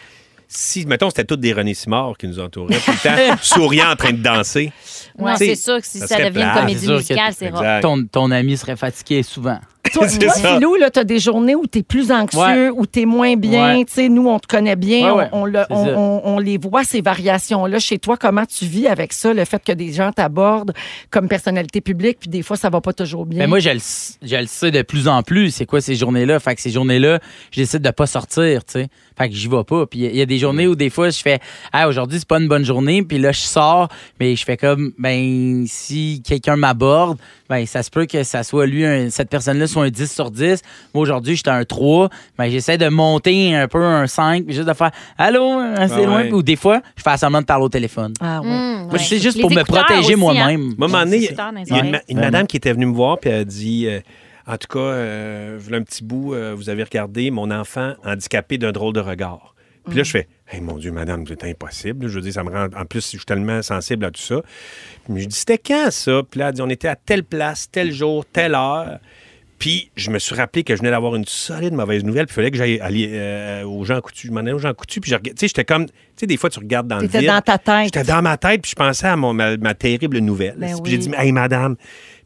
Speaker 4: si, mettons, c'était toutes des René Simard qui nous entouraient tout le temps, souriant en train de danser.
Speaker 3: Ouais,
Speaker 4: T'sais,
Speaker 3: c'est sûr que si
Speaker 4: ça
Speaker 3: ça,
Speaker 4: serait
Speaker 3: devient une
Speaker 4: plate.
Speaker 3: comédie
Speaker 2: C'est sûr que-
Speaker 3: musicale, c'est rare.
Speaker 4: Exact.
Speaker 2: Ton, ton ami serait fatigué souvent.
Speaker 1: Toi,
Speaker 4: C'est
Speaker 1: toi
Speaker 4: ça.
Speaker 1: Philou, là, t'as des journées où t'es plus anxieux, où t'es moins bien.
Speaker 2: Ouais.
Speaker 1: Tu sais, nous, on te connaît bien,
Speaker 2: Ouais, ouais.
Speaker 1: on, on le-
Speaker 2: C'est
Speaker 1: on-
Speaker 2: ça.
Speaker 1: on- on les voit, ces variations-là. Chez toi, comment tu vis avec ça, le fait que des gens t'abordent comme personnalité publique, puis des fois, ça va pas toujours bien.
Speaker 2: Mais Ben, moi, je le, s- je le sais de plus en plus, c'est quoi ces journées-là. Fait que ces journées-là, je décide de pas sortir, tu sais. Fait que j'y vais pas. Puis il y a- il y a des journées où des fois, je fais « Ah, aujourd'hui, c'est pas une bonne journée. » Puis là, je sors, mais je fais comme « Ben, si quelqu'un m'aborde, ben ça se peut que ça soit lui, un- cette personne-là soit un 10 sur 10. Moi, aujourd'hui, j'étais un 3. Ben, j'essaie de monter un peu un 5, puis juste de faire « Allô, hein, c'est
Speaker 4: Ah
Speaker 2: loin.
Speaker 4: ouais.
Speaker 2: Ou des fois, je fais seulement de parler au téléphone.
Speaker 1: ah, ouais.
Speaker 3: Hmm,
Speaker 2: Moi, c'est juste pour me protéger moi-même.
Speaker 4: Moi, à un moment donné, il y a il y a une, ma- une
Speaker 2: Ouais.
Speaker 4: madame qui était venue me voir puis elle a dit euh, En tout cas, euh, voilà un petit bout, euh, vous avez regardé mon enfant handicapé d'un drôle de regard. Puis là, je fais Hey, mon Dieu, madame, c'est impossible. Je veux dire, ça me rend. En plus, je suis tellement sensible à tout ça. Puis je dis C'était quand ça Puis là, elle dit On était à telle place, tel jour, telle heure. Puis je me suis rappelé que je venais d'avoir une solide mauvaise nouvelle. Puis il fallait que j'aille aller euh, aux gens coutus. Je m'en allais aux gens coutus. Puis je rega- tu sais, j'étais comme. Tu sais, des fois, tu regardes dans le
Speaker 1: T'étais
Speaker 4: vide.
Speaker 1: dans ta tête.
Speaker 4: J'étais dans ma tête, puis je pensais à mon, ma, ma terrible nouvelle.
Speaker 1: Ben
Speaker 4: Puis j'ai
Speaker 1: oui.
Speaker 4: dit, hey, madame.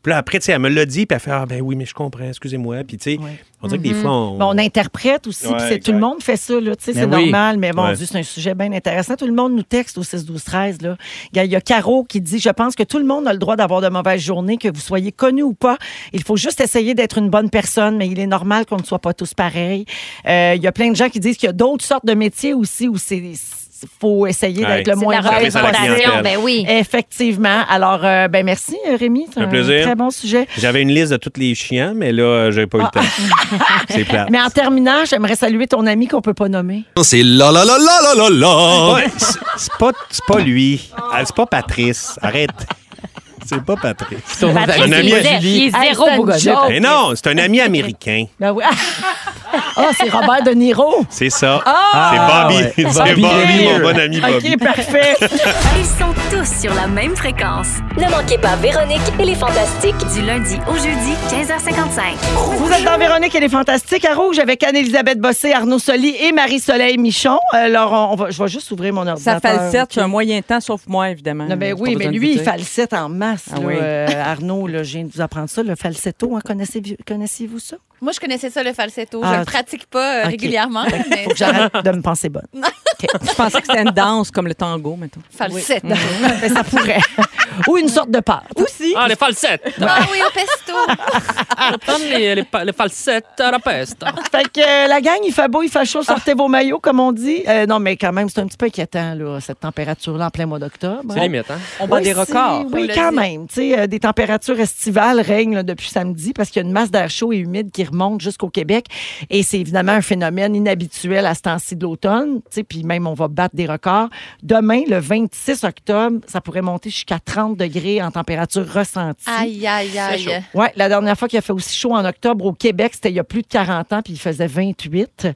Speaker 4: Puis là, après, tu sais, elle me l'a dit, puis elle fait, ah, ben oui, mais je comprends, excusez-moi. Puis, tu sais, on dirait que des fois, on.
Speaker 1: Ben, on interprète aussi,
Speaker 4: Ouais,
Speaker 1: puis c'est- tout
Speaker 4: exact.
Speaker 1: le monde fait ça, là, tu sais,
Speaker 2: Mais
Speaker 1: c'est
Speaker 2: oui.
Speaker 1: normal, mais bon
Speaker 4: Ouais.
Speaker 1: Dieu, c'est un sujet bien intéressant. Tout le monde nous texte au 6, 12, 13, là. Il y a- il y a Caro qui dit, je pense que tout le monde a le droit d'avoir de mauvaises journées, que vous soyez connu ou pas. Il faut juste essayer d'être une bonne personne, mais il est normal qu'on ne soit pas tous pareils. Euh, il y a plein de gens qui disent qu'il y a d'autres sortes de métiers aussi où c'est, c'est- faut essayer
Speaker 4: Ouais.
Speaker 1: d'être le
Speaker 4: C'est
Speaker 3: C'est
Speaker 1: moins
Speaker 3: la
Speaker 1: vague
Speaker 4: service à la
Speaker 3: représentation,
Speaker 4: clientèle.
Speaker 3: ben oui.
Speaker 1: Effectivement. Alors, euh, ben merci Rémi, c'est
Speaker 4: Un plaisir.
Speaker 1: très bon sujet.
Speaker 4: J'avais une liste de tous les chiens, mais là, j'avais pas eu le temps. C'est plat.
Speaker 1: Mais en terminant, j'aimerais saluer ton ami qu'on peut pas nommer.
Speaker 11: ah. C'est la la la la la la la.
Speaker 4: c'est pas, c'est pas lui. Ah, C'est pas Patrice. Arrête. C'est pas Patrice.
Speaker 2: Ton
Speaker 3: Patrice,
Speaker 2: ami à
Speaker 3: il est
Speaker 2: Julie.
Speaker 3: il est
Speaker 1: Hey,
Speaker 3: zéro
Speaker 1: c'est une
Speaker 3: bougonnet.
Speaker 1: joke.
Speaker 4: Mais Eh non, c'est un ami américain.
Speaker 1: Ben oui. Ah, c'est Robert De Niro.
Speaker 4: C'est ça.
Speaker 2: Ah,
Speaker 4: c'est Bobby.
Speaker 2: ouais.
Speaker 4: C'est
Speaker 2: Bobby
Speaker 4: Bobby, mon
Speaker 2: Beer.
Speaker 4: bon ami Bobby.
Speaker 1: OK, parfait.
Speaker 6: Ils sont tous sur la même fréquence.
Speaker 7: Ne manquez pas Véronique et les Fantastiques.
Speaker 6: Du lundi au jeudi, 15h55.
Speaker 1: Vous êtes dans Véronique, elle est fantastique à Rouge avec Anne-Elisabeth Bossé, Arnaud Soli et Marie-Soleil Michon. Alors, on, on va, je vais juste ouvrir mon
Speaker 12: Ça
Speaker 1: ordinateur.
Speaker 12: falsette, c'est un moyen temps, sauf moi, évidemment.
Speaker 1: Non, ben
Speaker 12: J'ai
Speaker 1: oui,
Speaker 12: pas
Speaker 1: mais
Speaker 12: besoin de
Speaker 1: lui, il
Speaker 12: goûter.
Speaker 1: falsette en masse.
Speaker 12: Ah
Speaker 1: là.
Speaker 12: oui.
Speaker 1: Euh, Arnaud, là, je viens de vous apprendre ça, le falsetto. Hein. Connaissez-vous connaissez-vous ça?
Speaker 13: Moi, je connaissais ça, le falsetto.
Speaker 1: Ah,
Speaker 13: je le pratique pas euh,
Speaker 1: ok.
Speaker 13: régulièrement, mais
Speaker 1: Faut que j'arrête de me penser bonne.
Speaker 12: Je pensais que c'était une danse comme le tango, mettons.
Speaker 13: falsetto.
Speaker 1: Ben, ça pourrait. Ou une sorte de pâte.
Speaker 12: Aussi.
Speaker 8: Ah, le falsetto!
Speaker 13: Ah oui, au pesto.
Speaker 8: Le falsetto à la peste.
Speaker 1: Fait que euh, la gang, il fait beau, il fait chaud, sortez vos maillots, comme on dit. Euh, non, mais quand même, c'est un petit peu inquiétant, là, cette température-là en plein mois d'octobre.
Speaker 8: C'est
Speaker 1: hein.
Speaker 8: limite, hein?
Speaker 12: On bat
Speaker 1: Oui,
Speaker 12: des
Speaker 1: c'est-
Speaker 12: records.
Speaker 13: on
Speaker 1: Oui,
Speaker 13: le
Speaker 1: quand
Speaker 13: dit.
Speaker 1: même. Tu sais, euh, des températures estivales règnent là, depuis samedi parce qu'il y a une masse d'air chaud et humide qui remonte jusqu'au Québec. Et c'est évidemment un phénomène inhabituel à ce temps-ci de l'automne. Tu sais, Puis même, on va battre des records. Demain, le 26 octobre, ça pourrait monter jusqu'à 30 degrés en température ressentie.
Speaker 13: Aïe, aïe, aïe.
Speaker 1: Oui, la dernière fois qu'il a fait aussi chaud en octobre au Québec, c'était il y a plus de 40 ans, puis il faisait 28.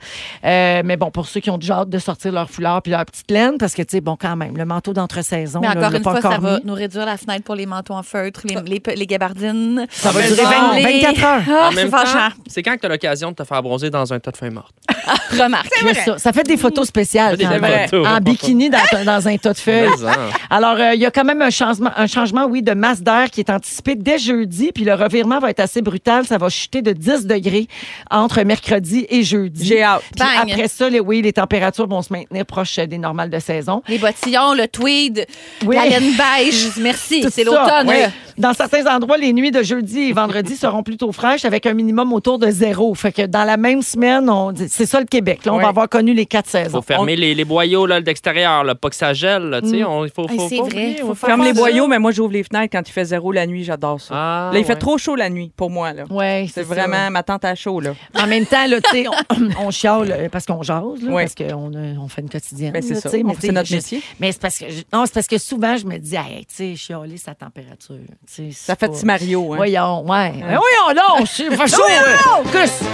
Speaker 1: Euh, mais bon, pour ceux qui ont déjà hâte de sortir leur foulard puis leur petite laine, parce que, tu sais, bon, quand même, le manteau d'entre-saison,
Speaker 13: Mais
Speaker 1: là,
Speaker 13: encore
Speaker 1: l'a
Speaker 13: une
Speaker 1: pas
Speaker 13: fois, ça
Speaker 1: encore
Speaker 13: va
Speaker 1: mis. Hum.
Speaker 13: nous réduire la fenêtre pour les manteaux en feutre, les, les, pe- les gabardines.
Speaker 1: Ça va
Speaker 8: Mais
Speaker 1: durer
Speaker 8: non.
Speaker 1: 20
Speaker 13: Les-
Speaker 1: 24 heures.
Speaker 13: Ah,
Speaker 8: En
Speaker 13: c'est
Speaker 8: même temps,
Speaker 13: fâchant.
Speaker 8: c'est quand que t'as l'occasion de te faire bronzer dans un tas de feuilles mortes.
Speaker 13: Remarque.
Speaker 1: Il y a Ça, ça fait des photos spéciales.
Speaker 8: Des
Speaker 1: quand même.
Speaker 8: vrais photos.
Speaker 1: En bikini dans, dans un tas de feuilles.
Speaker 8: Mais, hein.
Speaker 1: Alors, euh, il y a quand même un changement, un changement, oui, de masse d'air qui est anticipé dès jeudi. Puis le revirement va être assez brutal. Ça va chuter de 10 degrés entre mercredi et jeudi.
Speaker 12: J'ai hâte.
Speaker 1: Puis
Speaker 13: Bang.
Speaker 1: après ça, les, oui, les températures vont se maintenir proches euh, des normales de saison.
Speaker 13: Les bottillons, le tweed,
Speaker 1: Oui.
Speaker 13: la laine beige. Merci,
Speaker 1: Tout
Speaker 13: c'est
Speaker 1: ça,
Speaker 13: l'automne.
Speaker 1: oui.
Speaker 13: là.
Speaker 1: Dans certains endroits, les nuits de jeudi et vendredi seront plutôt fraîches avec un minimum autour de zéro. Fait que dans la même semaine, on dit- c'est ça le Québec. Là, on
Speaker 12: Oui.
Speaker 1: va avoir connu les quatre
Speaker 8: Faut
Speaker 1: saisons.
Speaker 8: fermer les, les boyaux là, d'extérieur, là, pas que ça gèle. là, tu sais, on- il faut,
Speaker 13: Mm. Hey,
Speaker 8: faut,
Speaker 13: c'est
Speaker 8: faut
Speaker 13: vrai,
Speaker 8: oublier,
Speaker 13: faut
Speaker 8: on-
Speaker 13: faire
Speaker 12: Ferme les
Speaker 13: ça.
Speaker 12: boyaux, mais moi, j'ouvre les fenêtres quand il fait zéro la nuit. J'adore ça.
Speaker 8: Ah,
Speaker 12: là, il fait
Speaker 8: ouais.
Speaker 12: trop chaud la nuit, pour moi. là.
Speaker 1: Ouais,
Speaker 12: C'est
Speaker 1: ça.
Speaker 12: vraiment ma tante à chaud, là.
Speaker 1: En même temps, là, tu sais, on, on chiale euh, parce qu'on jase, là,
Speaker 12: Oui.
Speaker 1: parce qu'on a- on fait une quotidienne.
Speaker 12: Ben, c'est
Speaker 1: là,
Speaker 12: ça.
Speaker 1: tu sais,
Speaker 12: On-
Speaker 1: mais
Speaker 12: c'est
Speaker 1: tu sais,
Speaker 12: notre
Speaker 1: je-
Speaker 12: métier.
Speaker 1: Mais c'est parce que je- non, c'est parce que souvent je me dis, hey, tu sais, chialer sa température. tu sais, c'est
Speaker 12: Ça fait
Speaker 1: pas-
Speaker 12: petit Mario. Hein.
Speaker 1: Voyons, ouais. Ben, Voyons, là, on se fait chaud. hein. Qu'est-ce-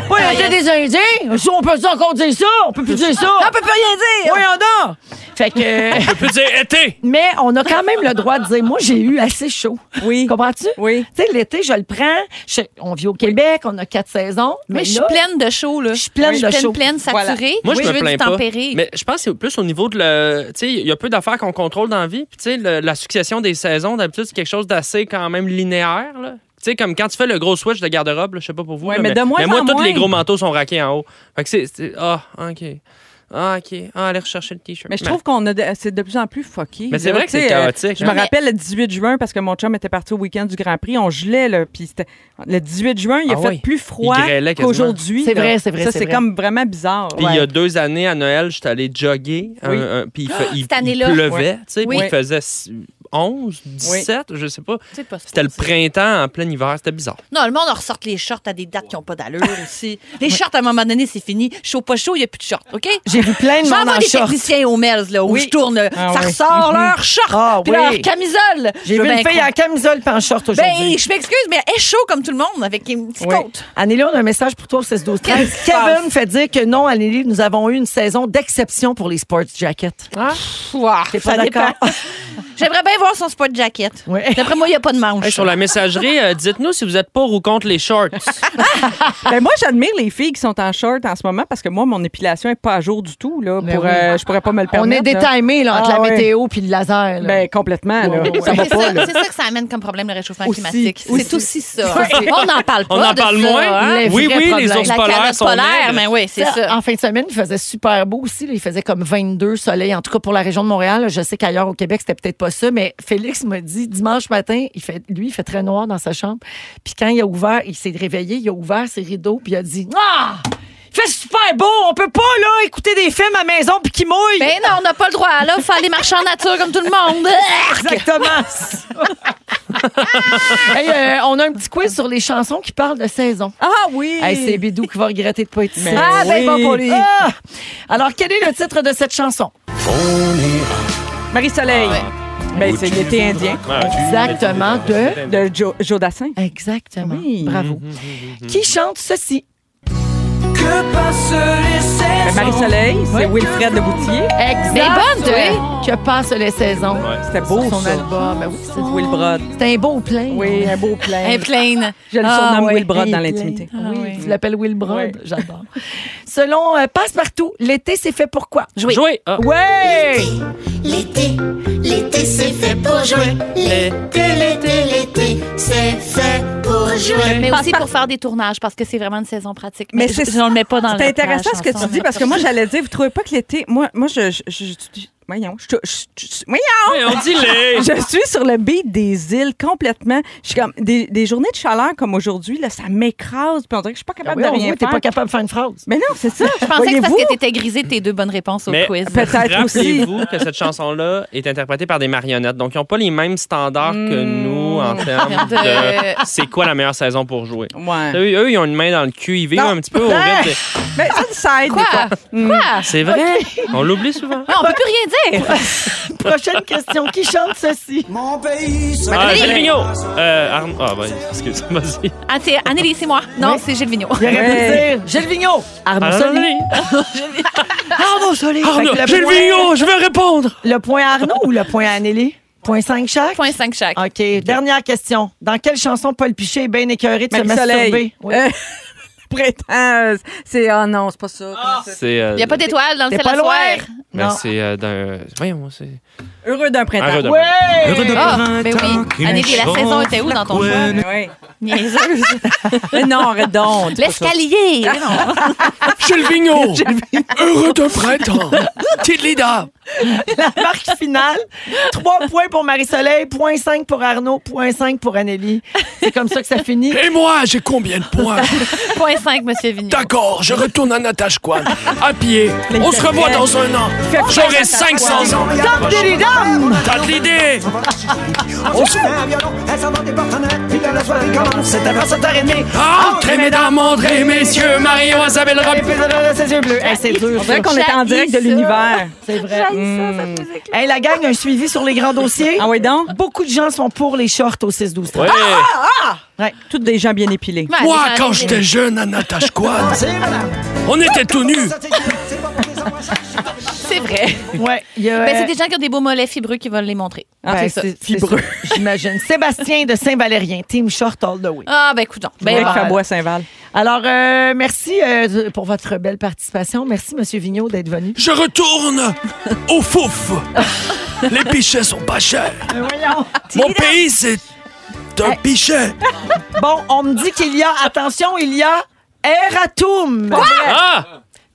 Speaker 1: Voyons, t'es des Indiens. Si on peut encore dire ça, on peut plus dire ça.
Speaker 13: On peut plus rien dire.
Speaker 1: Voyons donc! Fait que.
Speaker 4: On peut dire été!
Speaker 1: Mais on a quand même le droit de dire, moi, j'ai eu assez chaud. Oui. Comprends-tu? Oui. Tu sais, l'été, je le prends. Je- on vit au Québec, on a quatre saisons.
Speaker 13: Moi,
Speaker 1: Mais
Speaker 13: je suis
Speaker 1: là-
Speaker 13: pleine de chaud, là.
Speaker 1: Je suis pleine
Speaker 13: Oui,
Speaker 1: de
Speaker 13: je suis
Speaker 1: chaud.
Speaker 13: pleine, pleine, saturée.
Speaker 8: Moi, je
Speaker 13: Oui.
Speaker 8: me
Speaker 13: veux
Speaker 8: plains
Speaker 13: du
Speaker 8: pas.
Speaker 13: tempéré.
Speaker 8: Mais je pense que c'est plus au niveau de le. Tu sais, il y a peu d'affaires qu'on contrôle dans la vie. Puis, tu sais, le- la succession des saisons, d'habitude, c'est quelque chose d'assez quand même linéaire, là. Tu sais, comme quand tu fais le gros switch de garde-robe, là, je sais pas pour vous.
Speaker 12: Ouais,
Speaker 8: là,
Speaker 12: mais de moins
Speaker 8: mais moi,
Speaker 12: en
Speaker 8: tous
Speaker 12: moins.
Speaker 8: les gros manteaux sont raqués en haut. Fait que c'est- c'est. Ah, OK. Ah, OK. Ah, allez rechercher le T-shirt. Ben.
Speaker 12: Mais je trouve qu'on a de- c'est de plus en plus fucké.
Speaker 8: Mais c'est
Speaker 12: là,
Speaker 8: vrai que
Speaker 12: tu sais,
Speaker 8: c'est
Speaker 12: euh,
Speaker 8: chaotique,
Speaker 12: Je
Speaker 8: hein.
Speaker 12: me rappelle le 18 juin parce que mon chum était parti au week-end du Grand Prix. On gelait, là. Puis c'était- le 18 juin, il a
Speaker 8: Ah
Speaker 12: fait
Speaker 8: oui.
Speaker 12: plus froid
Speaker 8: Il grêlait quasiment.
Speaker 12: qu'aujourd'hui.
Speaker 8: C'est
Speaker 12: là.
Speaker 8: vrai, c'est vrai,
Speaker 12: Ça,
Speaker 8: c'est
Speaker 12: c'est
Speaker 8: vrai.
Speaker 12: comme vraiment bizarre.
Speaker 8: Puis il y a deux années, à Noël, j'étais allé jogger. un-
Speaker 12: Oui.
Speaker 8: un- puis il, fa-
Speaker 12: Ah,
Speaker 8: il-
Speaker 12: cette
Speaker 8: il
Speaker 12: année-là.
Speaker 8: pleuvait,
Speaker 12: Oui.
Speaker 8: tu sais, puis
Speaker 12: Oui.
Speaker 8: il faisait s- 11, 17, je sais pas.
Speaker 13: C'est pas
Speaker 8: C'était le printemps en plein hiver, c'était bizarre.
Speaker 13: Non, le monde en ressort les shorts à des dates qui n'ont pas d'allure aussi. Les shorts, à un moment donné, c'est fini. Chaud, pas chaud, il n'y a plus de shorts, OK?
Speaker 1: J'ai vu plein de
Speaker 13: J'en
Speaker 1: monde
Speaker 13: vois
Speaker 1: en
Speaker 13: des
Speaker 1: short.
Speaker 13: techniciens au Melz, là, où
Speaker 1: Oui.
Speaker 13: je tourne.
Speaker 1: Ah
Speaker 13: ça
Speaker 1: oui.
Speaker 13: ressort
Speaker 1: Mhm.
Speaker 13: leurs shorts,
Speaker 1: Ah
Speaker 13: puis
Speaker 1: oui.
Speaker 13: leurs camisoles.
Speaker 1: J'ai
Speaker 13: Je
Speaker 1: vu
Speaker 13: veux
Speaker 1: une
Speaker 13: bien
Speaker 1: fille en camisole pas en short
Speaker 13: Ben,
Speaker 1: aujourd'hui.
Speaker 13: je m'excuse, mais elle est chaud comme tout le monde avec une petite côte.
Speaker 1: Annélie, on a un message pour toi au 16 12 13
Speaker 13: Qu'est-ce qui se
Speaker 1: Kevin
Speaker 13: passe?
Speaker 1: fait dire que non, Annélie, nous avons eu une saison d'exception pour les sports jackets.
Speaker 13: Ah,
Speaker 1: T'es pas
Speaker 13: ça
Speaker 1: d'accord?
Speaker 13: dépend. J'aimerais bien voir son spot jacket. D'après moi, il n'y a pas de manche.
Speaker 8: Hey, sur la messagerie, euh, dites-nous si vous êtes pour ou contre les shorts.
Speaker 12: Ben, moi, j'admire les filles qui sont en short en ce moment parce que moi, mon épilation est pas à jour du tout. Là,
Speaker 1: Ben
Speaker 12: pour,
Speaker 1: oui.
Speaker 12: euh, je pourrais pas me le
Speaker 1: On
Speaker 12: permettre.
Speaker 1: est détimé là, entre
Speaker 12: Ah
Speaker 1: la
Speaker 12: ouais.
Speaker 1: météo puis le laser. là.
Speaker 12: Ben, complètement. là.
Speaker 1: Ouais, ouais,
Speaker 12: Ça va
Speaker 13: C'est
Speaker 12: pas.
Speaker 13: ça,
Speaker 12: là.
Speaker 13: c'est ça que ça amène comme problème le réchauffement
Speaker 12: Aussi,
Speaker 13: climatique. C'est
Speaker 12: aussi.
Speaker 13: aussi ça.
Speaker 1: Ouais.
Speaker 13: On n'en parle pas.
Speaker 8: On en
Speaker 13: de
Speaker 8: parle
Speaker 13: ça,
Speaker 8: moins.
Speaker 13: hein.
Speaker 8: Les Oui, vrais oui, les problèmes. ours
Speaker 13: La
Speaker 8: polaires
Speaker 13: calotte
Speaker 8: sont
Speaker 13: polaire,
Speaker 8: maigres.
Speaker 13: mais oui, c'est ça.
Speaker 1: En fin de semaine, il faisait super beau aussi. là. Il faisait comme 22 soleil. En tout cas, pour la région de Montréal, là, je sais qu'ailleurs au Québec, c'était peut-être pas ça, mais Félix m'a dit dimanche matin, il fait, lui, il fait très noir dans sa chambre. Puis quand il a ouvert, il s'est réveillé, il a ouvert ses rideaux, puis il a dit Ah! Il fait super beau! On peut pas, là, écouter des films à maison puis qui mouille!
Speaker 13: Ben non, on n'a pas le droit. Là, faut aller marcher en nature comme tout le monde.
Speaker 1: Exactement. Hey, euh, on a un petit quiz sur les chansons qui parlent de saison.
Speaker 12: Ah oui!
Speaker 1: Hey, c'est Bidou qui va regretter de pas être ici.
Speaker 12: Mais
Speaker 1: Ah, ben
Speaker 12: oui.
Speaker 1: bon pour lui. Ah! Alors, quel est le titre de cette chanson? Ah,
Speaker 12: Marie-Soleil. Ben, c'est l'été indien. Ben,
Speaker 1: Exactement, de...
Speaker 12: De Jo- Joe Dassin. Mm-hmm,
Speaker 1: Exactement. Bravo. Qui chante ceci?
Speaker 12: Ben, Marie-Soleil, c'est Wilfred Le Boutier.
Speaker 1: Exact.
Speaker 13: Mais bonne, toi.
Speaker 1: Oui. Que passe les saisons.
Speaker 12: hein? C'était beau,
Speaker 1: Sur son
Speaker 12: ça.
Speaker 1: album. Ben oui, c'est-
Speaker 12: Wilbrod.
Speaker 1: c'est un beau plein.
Speaker 12: Oui, un beau plein.
Speaker 13: Un plain.
Speaker 12: Je le
Speaker 1: Ah,
Speaker 12: surnomme
Speaker 1: ouais,
Speaker 12: Wilbrod dans
Speaker 1: Hey,
Speaker 12: l'intimité.
Speaker 1: plein. oui,
Speaker 13: Ah, oui.
Speaker 1: tu l'appelles Will Brod.
Speaker 12: Ouais.
Speaker 1: J'adore. Selon euh, Passe-Partout, l'été, c'est fait pour quoi?
Speaker 13: Jouer.
Speaker 8: Jouer. Ah.
Speaker 1: Ouais!
Speaker 14: L'été, l'été c'est fait pour jouer. L'été, l'été, l'été, c'est fait pour jouer.
Speaker 13: Mais
Speaker 12: Par-
Speaker 13: aussi
Speaker 12: par-
Speaker 13: pour faire des tournages parce que c'est vraiment une saison pratique.
Speaker 12: Mais
Speaker 13: Mais,
Speaker 12: c'est-
Speaker 13: je- on le met pas dans
Speaker 12: C'est
Speaker 13: le-
Speaker 12: intéressant
Speaker 13: la
Speaker 12: ce que tu
Speaker 13: chanson,
Speaker 12: dis
Speaker 13: mais-
Speaker 12: parce que moi, j'allais dire, vous trouvez pas que l'été. Moi, moi je. je, je- je- Voyons, je, je- je- voyons!
Speaker 8: Ouais, on dit les.
Speaker 12: Je suis sur le beat des îles complètement. Je suis comme des, des journées de chaleur comme aujourd'hui là, ça m'écrase. Puis on dirait que je suis pas
Speaker 1: Ah
Speaker 12: capable
Speaker 1: oui,
Speaker 13: Ben
Speaker 1: on
Speaker 12: de rien
Speaker 1: voit, t'es
Speaker 12: faire.
Speaker 1: pas capable de faire une phrase.
Speaker 12: Mais non, c'est ça.
Speaker 13: Je pensais que c'est parce
Speaker 12: Voyez-vous?
Speaker 13: que t'étais grisé de tes deux bonnes réponses au
Speaker 8: Mais
Speaker 13: quiz.
Speaker 12: Peut-être aussi.
Speaker 8: rappelez-vous que cette chanson-là est interprétée par des marionnettes. Donc, ils n'ont pas les mêmes standards que nous en termes
Speaker 13: De-
Speaker 8: de c'est quoi la meilleure saison pour jouer.
Speaker 12: Ouais.
Speaker 8: Eux, eux, ils ont une main dans le cul, ils vivent
Speaker 12: Non.
Speaker 8: un petit peu au
Speaker 12: Ah!
Speaker 8: rythme. des-
Speaker 12: Mais ça, ça aide des fois. Hmm.
Speaker 13: Quoi? Quoi?
Speaker 8: C'est vrai, on l'oublie souvent.
Speaker 13: Ah, on peut plus rien dire.
Speaker 1: Prochaine question. Qui chante ceci?
Speaker 8: Ah, Gilles Vigneault. Euh, Arn- Ah, bah, excuse, vas-y.
Speaker 13: Ah, c'est Anneli, c'est moi. Non, c'est Gilles Vigneault.
Speaker 1: Il aurait
Speaker 12: Ouais.
Speaker 1: pu dire Gilles Vigneault. Arnaud
Speaker 8: Arnaud
Speaker 1: Solé. Arnaud Solé. Fait que le point-
Speaker 8: je veux répondre.
Speaker 1: Le point Arnaud ou le point Anneli? Point 5 chaque?
Speaker 13: Point 5 chaque.
Speaker 1: OK. Dernière question. Dans quelle chanson Paul Piché est bien écœuré de se masturber?
Speaker 12: Marie-Soleil.
Speaker 1: Oui.
Speaker 12: Euh, prétence. C'est. Ah non, c'est pas ça. Comment ça?
Speaker 8: C'est. euh,
Speaker 13: Il n'y a pas d'étoile dans le
Speaker 1: T'es
Speaker 13: ciel
Speaker 1: pas
Speaker 13: à
Speaker 1: loin.
Speaker 13: soir.
Speaker 8: mais
Speaker 1: Non.
Speaker 8: c'est euh, d'un. Voyons, c'est.
Speaker 12: Heureux d'un printemps.
Speaker 8: Heureux d'un
Speaker 1: Ouais!
Speaker 13: Ah, ben oui. Anneli, la saison était où dans ton choix?
Speaker 12: Ouais.
Speaker 13: Niaiseuse.
Speaker 12: Mais Euh, non, arrête donc. dis pas ça.
Speaker 13: L'escalier.
Speaker 8: Gilles Vigneault. Heureux de printemps. Tidlida.
Speaker 1: La marque finale, 3 points pour Marie-Soleil, point 5 pour Arnaud, point 5 pour Anneli. C'est comme ça que ça finit.
Speaker 15: Et moi, j'ai combien de points
Speaker 13: Point 5, Monsieur Vigneault.
Speaker 15: D'accord, je retourne à Natashquan, à pied. On se revoit dans un an. J'aurai 500 ans.
Speaker 1: Dom des dames!
Speaker 15: T'as de l'idée
Speaker 9: On se fait un violon, elle s'en va des partenaires, puis là, la soirée commence, c'est à 7h30.
Speaker 15: Entrez, Ah, mesdames, entrez, messieurs, Marion, Isabelle,
Speaker 1: Et
Speaker 15: Rob.
Speaker 1: puis, euh, ses yeux bleus. Hey, c'est dur,
Speaker 12: On
Speaker 1: ça.
Speaker 12: dirait qu'on était en direct de
Speaker 13: J'haïs ça.
Speaker 12: l'univers.
Speaker 1: C'est vrai. Hmm. Hey, la gang a un suivi sur les grands dossiers.
Speaker 12: Ah oui, donc?
Speaker 1: Beaucoup de gens sont pour les shorts au 6-12-13.
Speaker 8: Ouais.
Speaker 1: Ah,
Speaker 12: Toutes des gens bien épilés.
Speaker 13: Ouais,
Speaker 15: Moi,
Speaker 13: les gens,
Speaker 15: quand
Speaker 13: les-
Speaker 15: j'étais jeune à Natashquan, on était tout nus.
Speaker 3: C'est vrai.
Speaker 1: Ouais, il y a,
Speaker 3: Ben,
Speaker 1: euh,
Speaker 3: c'est des gens qui ont des beaux mollets fibreux qui veulent les montrer. Ah,
Speaker 1: Ben,
Speaker 3: c'est ça.
Speaker 1: Fibreux. J'imagine. Sébastien de Saint-Valérien, Team Short All the Way.
Speaker 3: Ah, ben, écoute donc. Ben,
Speaker 1: Voilà.
Speaker 3: voilà.
Speaker 1: Alors, euh, merci euh, pour votre belle participation. Merci, M. Vigneault, d'être venu.
Speaker 15: Je retourne au fouf. Les pichets sont pas chers. Mon pays, c'est un pichet.
Speaker 1: Bon, on me dit qu'il y a, attention, il y a Eratum.
Speaker 3: Quoi?
Speaker 15: Ah!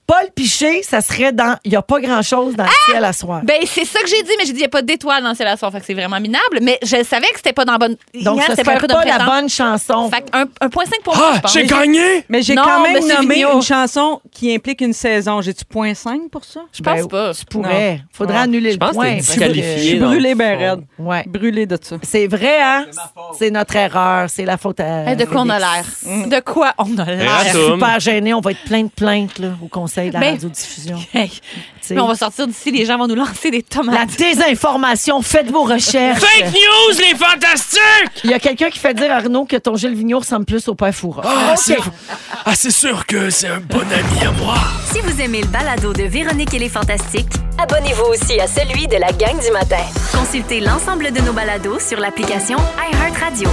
Speaker 1: Paul Piché, ça serait dans. Il n'y a pas grand-chose dans le ciel à soir.
Speaker 3: Ben, c'est ça que j'ai dit, mais j'ai dit, il n'y a pas d'étoile dans Ciel à soir. Fait que c'est vraiment minable. Mais je savais que c'était pas dans la bonne.
Speaker 1: Donc,
Speaker 3: Hier,
Speaker 1: ce
Speaker 3: c'était
Speaker 1: serait
Speaker 3: heureux de
Speaker 1: pas
Speaker 3: me
Speaker 1: la
Speaker 3: prétendre.
Speaker 1: bonne chanson.
Speaker 3: Fait que un, un point cinq pour moi,
Speaker 15: Ah,
Speaker 13: Ah,
Speaker 3: je pense. Mais
Speaker 12: Mais j'ai
Speaker 3: Non,
Speaker 12: quand même
Speaker 3: monsieur
Speaker 12: nommé
Speaker 3: Vigneault.
Speaker 12: une chanson qui implique une saison. J'ai-tu point 5 pour ça? Ben,
Speaker 3: Je pense pas.
Speaker 1: Ben, Tu pourrais. Faudrait annuler le point. parce que-
Speaker 12: Je suis brûlé ben raide.
Speaker 1: Ouais.
Speaker 12: Brûlé de ça.
Speaker 1: C'est vrai, hein? C'est notre erreur. C'est la faute à.
Speaker 3: Hey, Eh, de quoi on a l'air? Mm. De quoi on a
Speaker 1: Ah,
Speaker 3: l'air?
Speaker 1: je suis super gênée. On va être plein de plaintes là, au conseil de la
Speaker 3: Ben,
Speaker 1: radiodiffusion.
Speaker 3: Hey.
Speaker 1: T'sais.
Speaker 3: Mais on va sortir d'ici, les gens vont nous lancer des
Speaker 1: La
Speaker 3: tomates.
Speaker 1: désinformation, faites vos recherches.
Speaker 15: Fake news, les fantastiques!
Speaker 1: Il y a quelqu'un qui fait dire, Arnaud, que ton Gilles Vigneault ressemble plus au père Foura.
Speaker 15: Ah,
Speaker 1: Ok.
Speaker 15: c'est ah, c'est sûr que c'est un bon ami à moi.
Speaker 6: Si vous aimez le balado de Véronique et les Fantastiques,
Speaker 7: Abonnez-vous aussi à celui de la gang du matin.
Speaker 6: consultez l'ensemble de nos balados sur l'application iHeartRadio.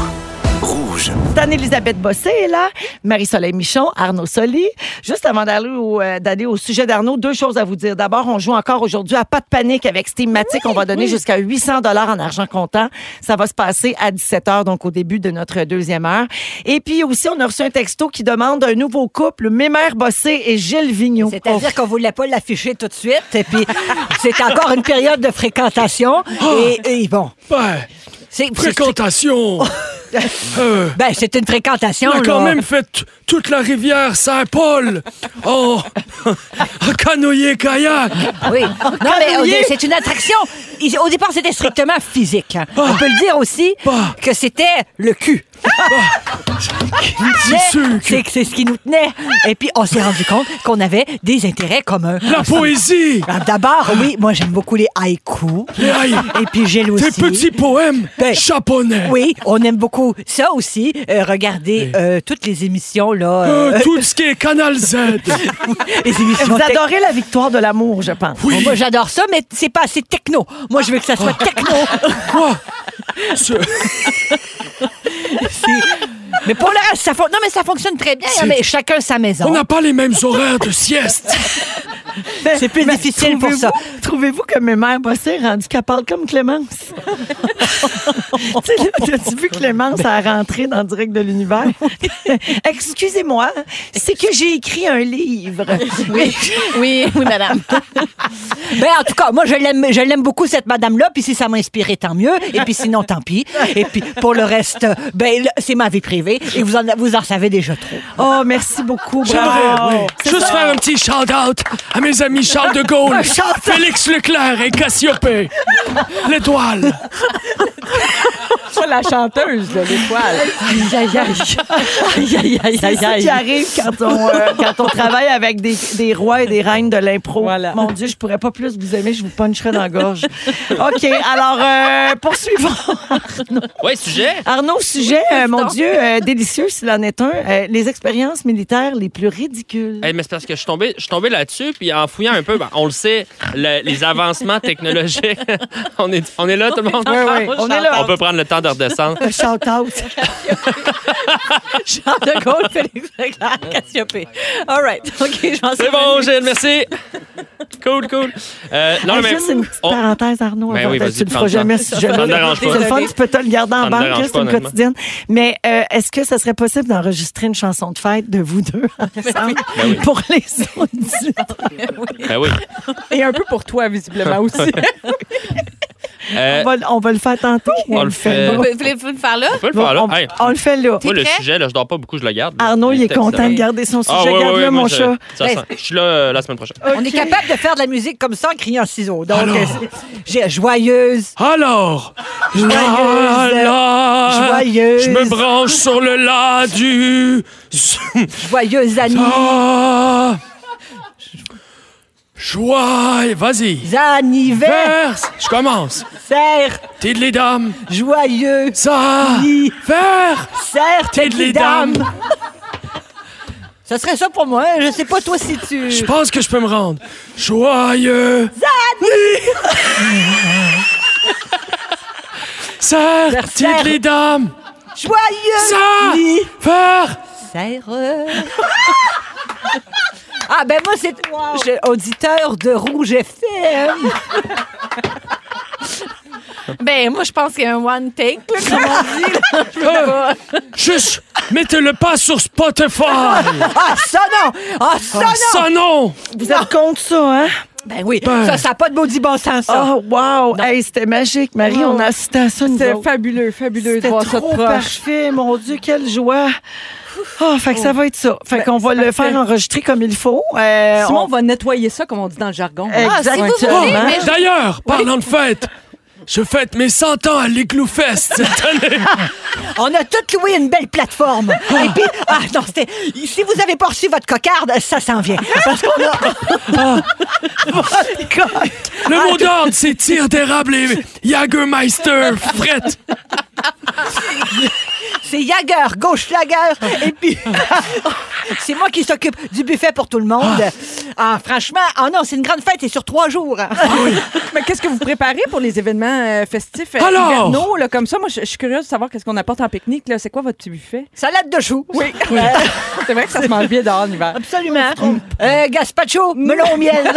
Speaker 15: Rouge.
Speaker 1: Anne-Elisabeth Bossé est là, Marie-Soleil Michon, Arnaud Soli. Juste avant d'aller au, euh, d'aller au sujet d'Arnaud, deux choses à vous dire. D'abord, on joue encore aujourd'hui à pas de panique avec Steamatic. on va donner jusqu'à 800 dollars en argent comptant. Ça va se passer à 17 h donc au début de notre deuxième heure. Et puis aussi, on a reçu un texto qui demande un nouveau couple, Mémère Bossé et Gilles Vigneault.
Speaker 16: C'est-à-dire qu'on voulait pas l'afficher tout de suite. Et puis, c'est encore une période de fréquentation.
Speaker 15: Ah.
Speaker 16: Et, et bon.
Speaker 15: Ouais.
Speaker 16: C'est-
Speaker 15: Ben, Fréquentation. Euh,
Speaker 16: Ben, c'est une fréquentation.
Speaker 15: on a quand
Speaker 16: là.
Speaker 15: même fait toute la rivière Saint-Paul Oh. en, en canoë-kayak.
Speaker 16: Ah Oui. Non, mais au dé- c'est une attraction. Il- Au départ, c'était strictement physique.
Speaker 15: Ah.
Speaker 16: hein. On peut le dire aussi
Speaker 15: Bah.
Speaker 16: que c'était le cul.
Speaker 15: Ah.
Speaker 16: Ah, Mais C'est c'est ce qui nous tenait. Et puis, on s'est rendu compte qu'on avait des intérêts communs.
Speaker 15: La poésie!
Speaker 16: Ah, D'abord, oui, moi, j'aime beaucoup les haïkus.
Speaker 15: Les haïkus.
Speaker 16: Et puis, j'ai le
Speaker 15: Tes
Speaker 16: aussi.
Speaker 15: petits poèmes
Speaker 16: Ben,
Speaker 15: japonais.
Speaker 16: Oui, on aime beaucoup ça aussi. Euh, regardez euh, toutes les émissions, là.
Speaker 15: Euh,
Speaker 16: euh,
Speaker 15: tout ce qui est Canal Z.
Speaker 16: les émissions
Speaker 1: Vous
Speaker 16: tech-
Speaker 1: adorez la victoire de l'amour, je pense.
Speaker 16: Bon, Moi, j'adore ça, mais c'est pas assez techno. Moi, je veux que ça soit techno. C'est- mais pour le reste, ça, fon- non, mais ça fonctionne très bien. hein, mais chacun sa maison.
Speaker 15: On n'a pas les mêmes horaires de sieste.
Speaker 16: C'est plus difficile pour ça.
Speaker 1: Trouvez-vous que mes mères bossées rendu qu'elle parle comme Clémence? tu sais, là, t'as-tu vu Clémence à la rentrée dans Direct de l'Univers? Excusez-moi, c'est que j'ai écrit un livre.
Speaker 3: Oui, oui, oui, madame.
Speaker 16: Ben, en tout cas, moi, je l'aime, je l'aime beaucoup, cette madame-là. Puis si ça m'a inspiré, tant mieux. Et puis sinon, tant pis. Et puis pour le reste, ben, là, c'est ma vie privée. Et vous en, vous en savez déjà trop.
Speaker 1: Oh, merci beaucoup. bravo.
Speaker 15: J'aimerais oui, juste faire un petit shout-out à mes amis Charles de Gaulle,
Speaker 1: shout-out.
Speaker 15: Félix Leclerc et Cassiopée. L'étoile.
Speaker 12: Pas la chanteuse de l'étoile.
Speaker 1: Aïe, aïe, aïe. Aïe, aïe, aïe,
Speaker 12: aïe,
Speaker 1: C'est ça
Speaker 12: aïe.
Speaker 1: qui arrive quand on, euh, quand on travaille avec des, des rois et des reines de l'impro. Mon Dieu, je pourrais pas plus vous aimer, je vous puncherais dans la gorge. OK, alors, euh, poursuivons.
Speaker 8: Ouais, sujet.
Speaker 1: Arnaud, sujet, euh, mon Dieu, euh, délicieux s'il en est un, euh, les expériences militaires les plus ridicules.
Speaker 8: Hey, Eh, mais c'est parce que je suis tombé, je suis tombé là-dessus, puis en fouillant un peu, ben, on le sait, le- les avancements technologiques, on est, on est là, tout le monde.
Speaker 1: Oui, oui, on est là.
Speaker 8: On peut prendre le temps de redescendre.
Speaker 1: Un shout-out.
Speaker 3: Charles de Gaulle, Félix Leclerc, Cassiopée. All right. OK, j'en sais
Speaker 8: C'est bon, Gilles, merci. Cool, cool. Euh, non,
Speaker 1: Ah,
Speaker 8: mais.
Speaker 1: juste une petite
Speaker 8: on-
Speaker 1: parenthèse, Arnaud.
Speaker 8: Ben
Speaker 1: avant
Speaker 8: oui,
Speaker 1: de-
Speaker 8: vas-y,
Speaker 1: tu le feras
Speaker 8: prends-en.
Speaker 1: jamais si
Speaker 8: Ça
Speaker 1: jamais.
Speaker 8: me dérange pas.
Speaker 1: C'est le fun, tu peux te le garder en
Speaker 8: me
Speaker 1: banque,
Speaker 8: dérange
Speaker 1: là, c'est
Speaker 8: pas,
Speaker 1: une
Speaker 8: honnêtement.
Speaker 1: quotidienne. Mais euh, est-ce que ça serait possible d'enregistrer une chanson de fête de vous deux ensemble
Speaker 8: Ben oui.
Speaker 1: pour les auditeurs?
Speaker 8: Ben oui.
Speaker 12: Et un peu pour toi, visiblement aussi.
Speaker 8: Euh,
Speaker 1: On va, le- on va le faire tantôt. ou
Speaker 8: on le fait.
Speaker 13: Eh,
Speaker 3: Vous voulez vous le faire là?
Speaker 8: On peut le faire là.
Speaker 1: on,
Speaker 8: Hey,
Speaker 1: on le fait là.
Speaker 8: moi, le
Speaker 3: prêt?
Speaker 8: sujet, là, je dors pas beaucoup, je le garde.
Speaker 1: Arnaud,
Speaker 8: Les
Speaker 1: il est
Speaker 8: textes,
Speaker 1: content de
Speaker 8: là.
Speaker 1: garder son sujet.
Speaker 8: Ah, ouais, ouais,
Speaker 1: Garde-le,
Speaker 8: ouais, moi,
Speaker 1: mon
Speaker 8: je-
Speaker 1: chat.
Speaker 8: ça sent. Je suis là euh, la semaine prochaine.
Speaker 16: On est capable de faire de la musique comme ça en criant ciseaux. Donc,
Speaker 15: Alors.
Speaker 16: euh, c'est- j'ai joyeuse.
Speaker 15: Alors, là, là,
Speaker 16: Joyeuse.
Speaker 15: je me branche sur le la du.
Speaker 16: Joyeuse
Speaker 15: Ah, joie, vas-y.
Speaker 16: anniversaire.
Speaker 15: Verse, je commence. T'es de les dames.
Speaker 16: Joyeux.
Speaker 15: Ça.
Speaker 16: Oui.
Speaker 15: Verse,
Speaker 16: Certes,
Speaker 15: t'es de les dames.
Speaker 16: Ce serait ça pour moi. hein. Je sais pas toi si tu.
Speaker 15: Je pense que je peux me rendre. Joyeux. Serre,
Speaker 16: serre.
Speaker 15: petites les dames.
Speaker 16: Joyeux.
Speaker 15: Serre. Faire.
Speaker 16: ah, ben moi, c'est je- auditeur de Rouge FM.
Speaker 3: Ben, moi, je pense qu'il y a un one take, là, comme on dit. là. Je peux pas.
Speaker 15: Juste, mettez-le pas sur Spotify.
Speaker 16: ah, ça non! Ah, ça non!
Speaker 15: ça non!
Speaker 1: Vous êtes contre ça, hein?
Speaker 16: Oh! Ben oui, ça, ça n'a pas de maudit bon sens, ça.
Speaker 1: Oh, wow! Hey, c'était magique, Marie.
Speaker 16: Oh.
Speaker 1: On a assisté à ça, nous
Speaker 16: C'était
Speaker 1: autres.
Speaker 12: fabuleux, fabuleux de
Speaker 1: C'était
Speaker 12: voir ça de
Speaker 1: trop
Speaker 12: proche.
Speaker 1: parfait, mon Dieu, quelle joie! Ah, fait que ça va être ça. Fait
Speaker 12: Ben,
Speaker 1: qu'on va
Speaker 12: c'est
Speaker 1: le
Speaker 12: parfait.
Speaker 1: faire enregistrer comme il faut. Euh,
Speaker 12: Simon
Speaker 1: on-
Speaker 12: va nettoyer ça, comme on dit dans le jargon.
Speaker 1: Ah, si vous
Speaker 12: Exactement.
Speaker 1: voulez, mais-
Speaker 15: Oh, D'ailleurs, parlant de fête, je fête mes 100 ans à l'Igloo Fest cette année.
Speaker 16: On a tout loué une belle plateforme. Et puis, ah non, c'était. Si vous avez pas reçu votre cocarde, ça s'en vient. Parce qu'on a. Votre coque.
Speaker 15: Le mot d'ordre, c'est tir d'érable et Jagermeister frette.
Speaker 16: C'est Jagger, gauche Jagger. Et puis, c'est moi qui s'occupe du buffet pour tout le monde. Ah, franchement, ah non, c'est une grande fête et sur trois jours.
Speaker 12: Ah Mais qu'est-ce que vous préparez pour les événements euh, festifs euh,
Speaker 16: Alors!
Speaker 12: hivernaux, là, comme ça? Moi, je je suis curieuse de savoir qu'est-ce qu'on apporte en pique-nique. là. C'est quoi votre petit buffet?
Speaker 16: Salade de choux.
Speaker 12: Oui.
Speaker 1: Euh,
Speaker 12: C'est vrai que ça se mange bien dehors l'hiver.
Speaker 16: Absolument. Euh, gazpacho, melon au miel.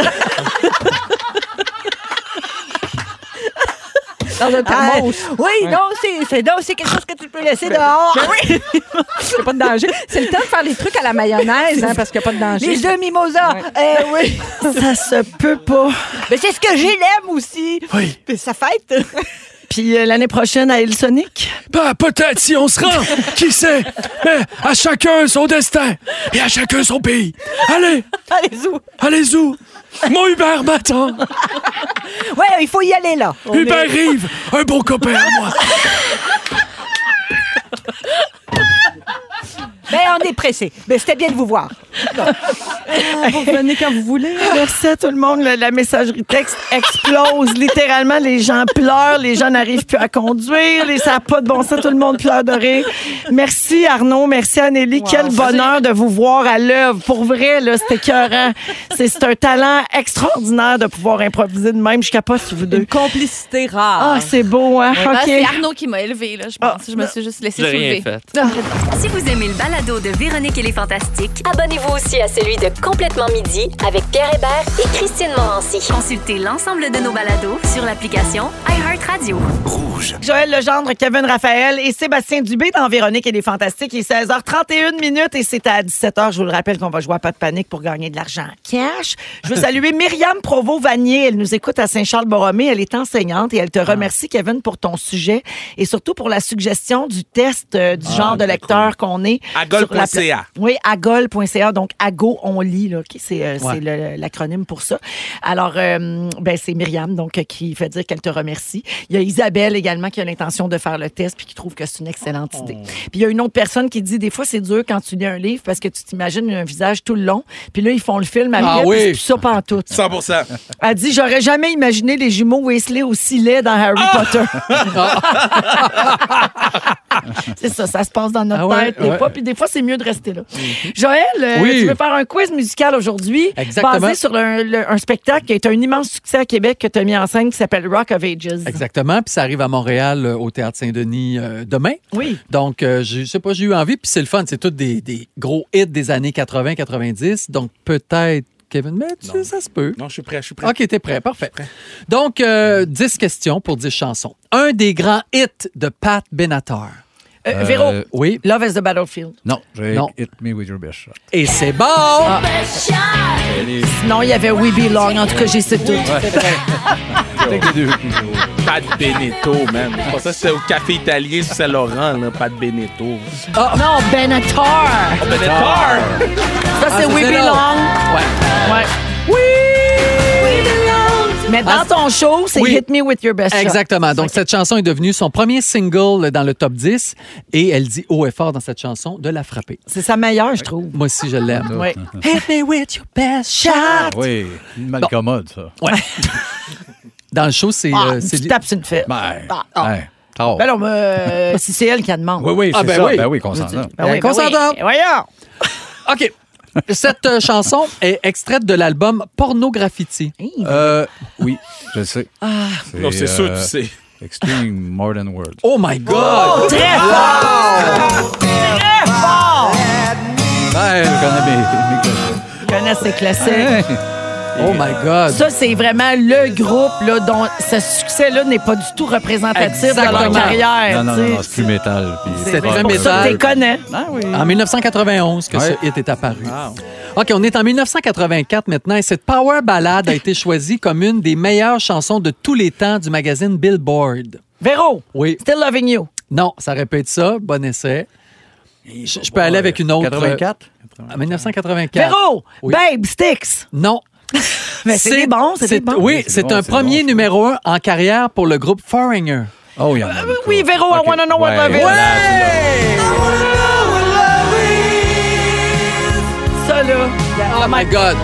Speaker 12: Dans un thermos.
Speaker 16: Ah, oui,
Speaker 12: Ouais.
Speaker 16: non, c'est- c'est donc, c'est quelque chose que tu peux laisser dehors.
Speaker 12: oui! Il n'y a pas de danger. C'est le temps de faire les trucs à la mayonnaise, hein, parce qu'il n'y a pas de danger.
Speaker 16: Les deux mimosas. Eh oui.
Speaker 1: Ça se peut pas.
Speaker 16: Mais c'est ce que j'ai l'aime aussi. Oui. Ça fête.
Speaker 1: Puis euh, l'année prochaine à Hillsonic.
Speaker 15: Ben, peut-être si on se rend, qui sait? Mais à chacun son destin et à chacun son pays. Allez!
Speaker 16: Allez-y!
Speaker 15: Allez-y! Mon Hubert m'attend!
Speaker 16: Ouais, il faut y aller, là. On
Speaker 15: Hubert
Speaker 16: est-
Speaker 15: Rive, un bon copain à moi!
Speaker 16: Ben, on est pressé. Mais c'était bien de vous voir.
Speaker 12: Vous revenez Ah, quand vous voulez. hein.
Speaker 1: Merci à tout le monde. La, la messagerie texte explose. Littéralement, les gens pleurent, les gens n'arrivent plus à conduire, les, ça n'a pas de bon sens, tout le monde pleure de rire. Merci Arnaud, merci Anneli. Quel bonheur de vous voir à l'œuvre. Pour vrai, là, c'était écœurant. C'est c'est un talent extraordinaire de pouvoir improviser de même. Je capote sur vous deux.
Speaker 12: Une complicité rare.
Speaker 1: Ah, c'est beau, hein?
Speaker 3: Ben,
Speaker 1: OK. Ah,
Speaker 3: C'est Arnaud qui m'a élevée, là, je pense. je me suis juste laissée
Speaker 8: J'ai rien
Speaker 3: soulever. Ah.
Speaker 8: fait.
Speaker 6: Si vous aimez le balado de Véronique et les Fantastiques,
Speaker 7: Abonnez-vous aussi à celui de Complètement Midi avec Pierre Hébert et Christine Morancy.
Speaker 6: consultez l'ensemble de nos balados sur l'application iHeartRadio.
Speaker 1: Joël Legendre, Kevin Raphaël et Sébastien Dubé dans Véronique et les Fantastiques. Il est 16h31 minutes et c'est à 17h. Je vous le rappelle qu'on va jouer à pas de panique pour gagner de l'argent en cash. Je veux saluer Myriam Provost-Vanier. Elle nous écoute à Saint-Charles-Borromée. Elle est enseignante et elle te remercie, Kevin, pour ton sujet et surtout pour la suggestion du test euh, du genre de lecteur qu'on est.
Speaker 4: Agol.ca.
Speaker 1: sur la pla- Oui, agol.ca. Donc, ago, on lit. Là, OK? C'est euh,
Speaker 4: Ouais.
Speaker 1: c'est le- l'acronyme pour ça. Alors, euh, ben, c'est Myriam donc, euh, qui fait dire qu'elle te remercie. Il y a Isabelle également qui a l'intention de faire le test puis qui trouve que c'est une excellente idée.
Speaker 4: Oh.
Speaker 1: Puis il y a une autre personne qui dit des fois, c'est dur quand tu lis un livre parce que tu t'imagines un visage tout le long. Puis là, ils font le film après.
Speaker 4: Ah
Speaker 1: puis
Speaker 4: oui.
Speaker 1: c'est plus ça pas en tout.
Speaker 4: 100
Speaker 1: Elle dit J'aurais jamais imaginé les jumeaux Weasley aussi laids dans Harry
Speaker 10: Ah!
Speaker 1: Potter. c'est ça, ça se passe dans notre
Speaker 10: Ah ouais,
Speaker 1: tête. Des
Speaker 10: ouais. Mhm.
Speaker 1: fois, puis des fois, c'est mieux de rester là. Joël, euh,
Speaker 10: Oui.
Speaker 1: tu veux faire un quiz musical aujourd'hui
Speaker 10: Exactement.
Speaker 1: basé sur le- le- un spectacle qui est un immense succès à Québec que tu as mis en scène qui s'appelle Rock of Ages.
Speaker 10: Exactement. Puis ça arrive à Montréal euh, au Théâtre Saint-Denis euh, demain.
Speaker 1: Oui.
Speaker 10: Donc, euh, je je sais pas, j'ai eu envie. Puis c'est le fun. C'est tous des, des gros hits des années 80-90. Donc, peut-être, Kevin, mais tu- ça se peut.
Speaker 4: Non, je suis prêt, je suis prêt.
Speaker 10: OK, t'es prêt. Parfait. Donc, euh, 10 questions pour 10 chansons. Un des grands hits de Pat Benatar.
Speaker 1: Euh, Véro.
Speaker 10: Oui.
Speaker 1: Love is the Battlefield.
Speaker 10: Non. Non.
Speaker 17: Hit me with your Ah. best shot.
Speaker 10: Et c'est bon.
Speaker 1: Non, il y avait We Belong. En tout cas, j'ai sais tout.
Speaker 4: Pas de Benetto, man. C'est pas ça, c'était au café italien sur Saint-Laurent, là. Pas de Benetto.
Speaker 1: Non, Ben Benatar.
Speaker 4: Oh, Benatar!
Speaker 1: Ça, c'est
Speaker 4: Ah,
Speaker 1: We
Speaker 4: c'est là.
Speaker 1: Belong. Ouais. Oui! Mais dans
Speaker 10: Ah,
Speaker 1: ton show, c'est
Speaker 10: oui.
Speaker 1: Hit Me With Your Best Shot.
Speaker 10: Exactement. Donc, cette chanson est devenue son premier single dans le top 10 et elle dit haut et fort dans cette chanson de la frapper.
Speaker 1: C'est sa meilleure, je trouve.
Speaker 10: Moi aussi, je l'aime.
Speaker 1: Oui.
Speaker 10: Hit me with your best shot.
Speaker 17: Oui, une malcommode, ça.
Speaker 10: Ouais. Dans le show, c'est.
Speaker 1: Ah,
Speaker 10: euh, c'est
Speaker 1: tu tapes sur une fête.
Speaker 17: Ben,
Speaker 1: Ah, ah.
Speaker 17: ben, oh.
Speaker 1: Ben non, mais, euh, si c'est elle qui la demande.
Speaker 17: Oui, oui, c'est
Speaker 10: Ah, ben
Speaker 17: ça.
Speaker 10: oui.
Speaker 17: Ben oui, qu'on s'entende.
Speaker 1: Ben oui, ben oui. Voyons.
Speaker 10: OK. Cette euh, chanson est extraite de l'album Pornograffiti. Euh,
Speaker 17: Oui, je sais. euh,
Speaker 10: Ah.
Speaker 8: Non, c'est sûr, tu sais.
Speaker 17: Extreme More Than Words.
Speaker 10: oh my God!
Speaker 9: Très fort! Très fort!
Speaker 17: Ouais, je connais mes, mes classiques.
Speaker 1: Je connais ces classiques.
Speaker 10: Oh my God!
Speaker 1: Ça, c'est vraiment le groupe là, dont ce succès-là n'est pas du tout représentatif de leur
Speaker 10: Exactement.
Speaker 1: carrière.
Speaker 17: Non, non,
Speaker 1: tu sais.
Speaker 17: non, non, c'est plus métal. puis
Speaker 10: C'est
Speaker 17: rock,
Speaker 10: très
Speaker 17: là.
Speaker 10: métal.
Speaker 1: Tu connais. Ah
Speaker 10: En 1991 que
Speaker 17: Ouais.
Speaker 10: ce hit est apparu. OK, on est en 1984 maintenant et cette power ballade a été choisie comme une des meilleures chansons de tous les temps du magazine Billboard.
Speaker 1: Véro,
Speaker 10: oui.
Speaker 1: Still Loving You.
Speaker 10: Non, ça répète ça. Bon essai. Je, je peux aller avec une autre. euh,
Speaker 17: 84?
Speaker 10: En 1984.
Speaker 1: Véro,
Speaker 10: Oui.
Speaker 1: Babe, Sticks.
Speaker 10: Non.
Speaker 1: Mais c'est des bons, c'est des bons.
Speaker 10: Oui, c'est
Speaker 1: bon,
Speaker 10: un
Speaker 1: c'est
Speaker 10: premier numéro un en carrière pour le groupe Foreigner.
Speaker 17: Oh, il y en a.
Speaker 1: Oui, Véro, I wanna know what
Speaker 10: Ouais,
Speaker 1: love is.
Speaker 10: voilà,
Speaker 1: Ça, là.
Speaker 10: Oh my God!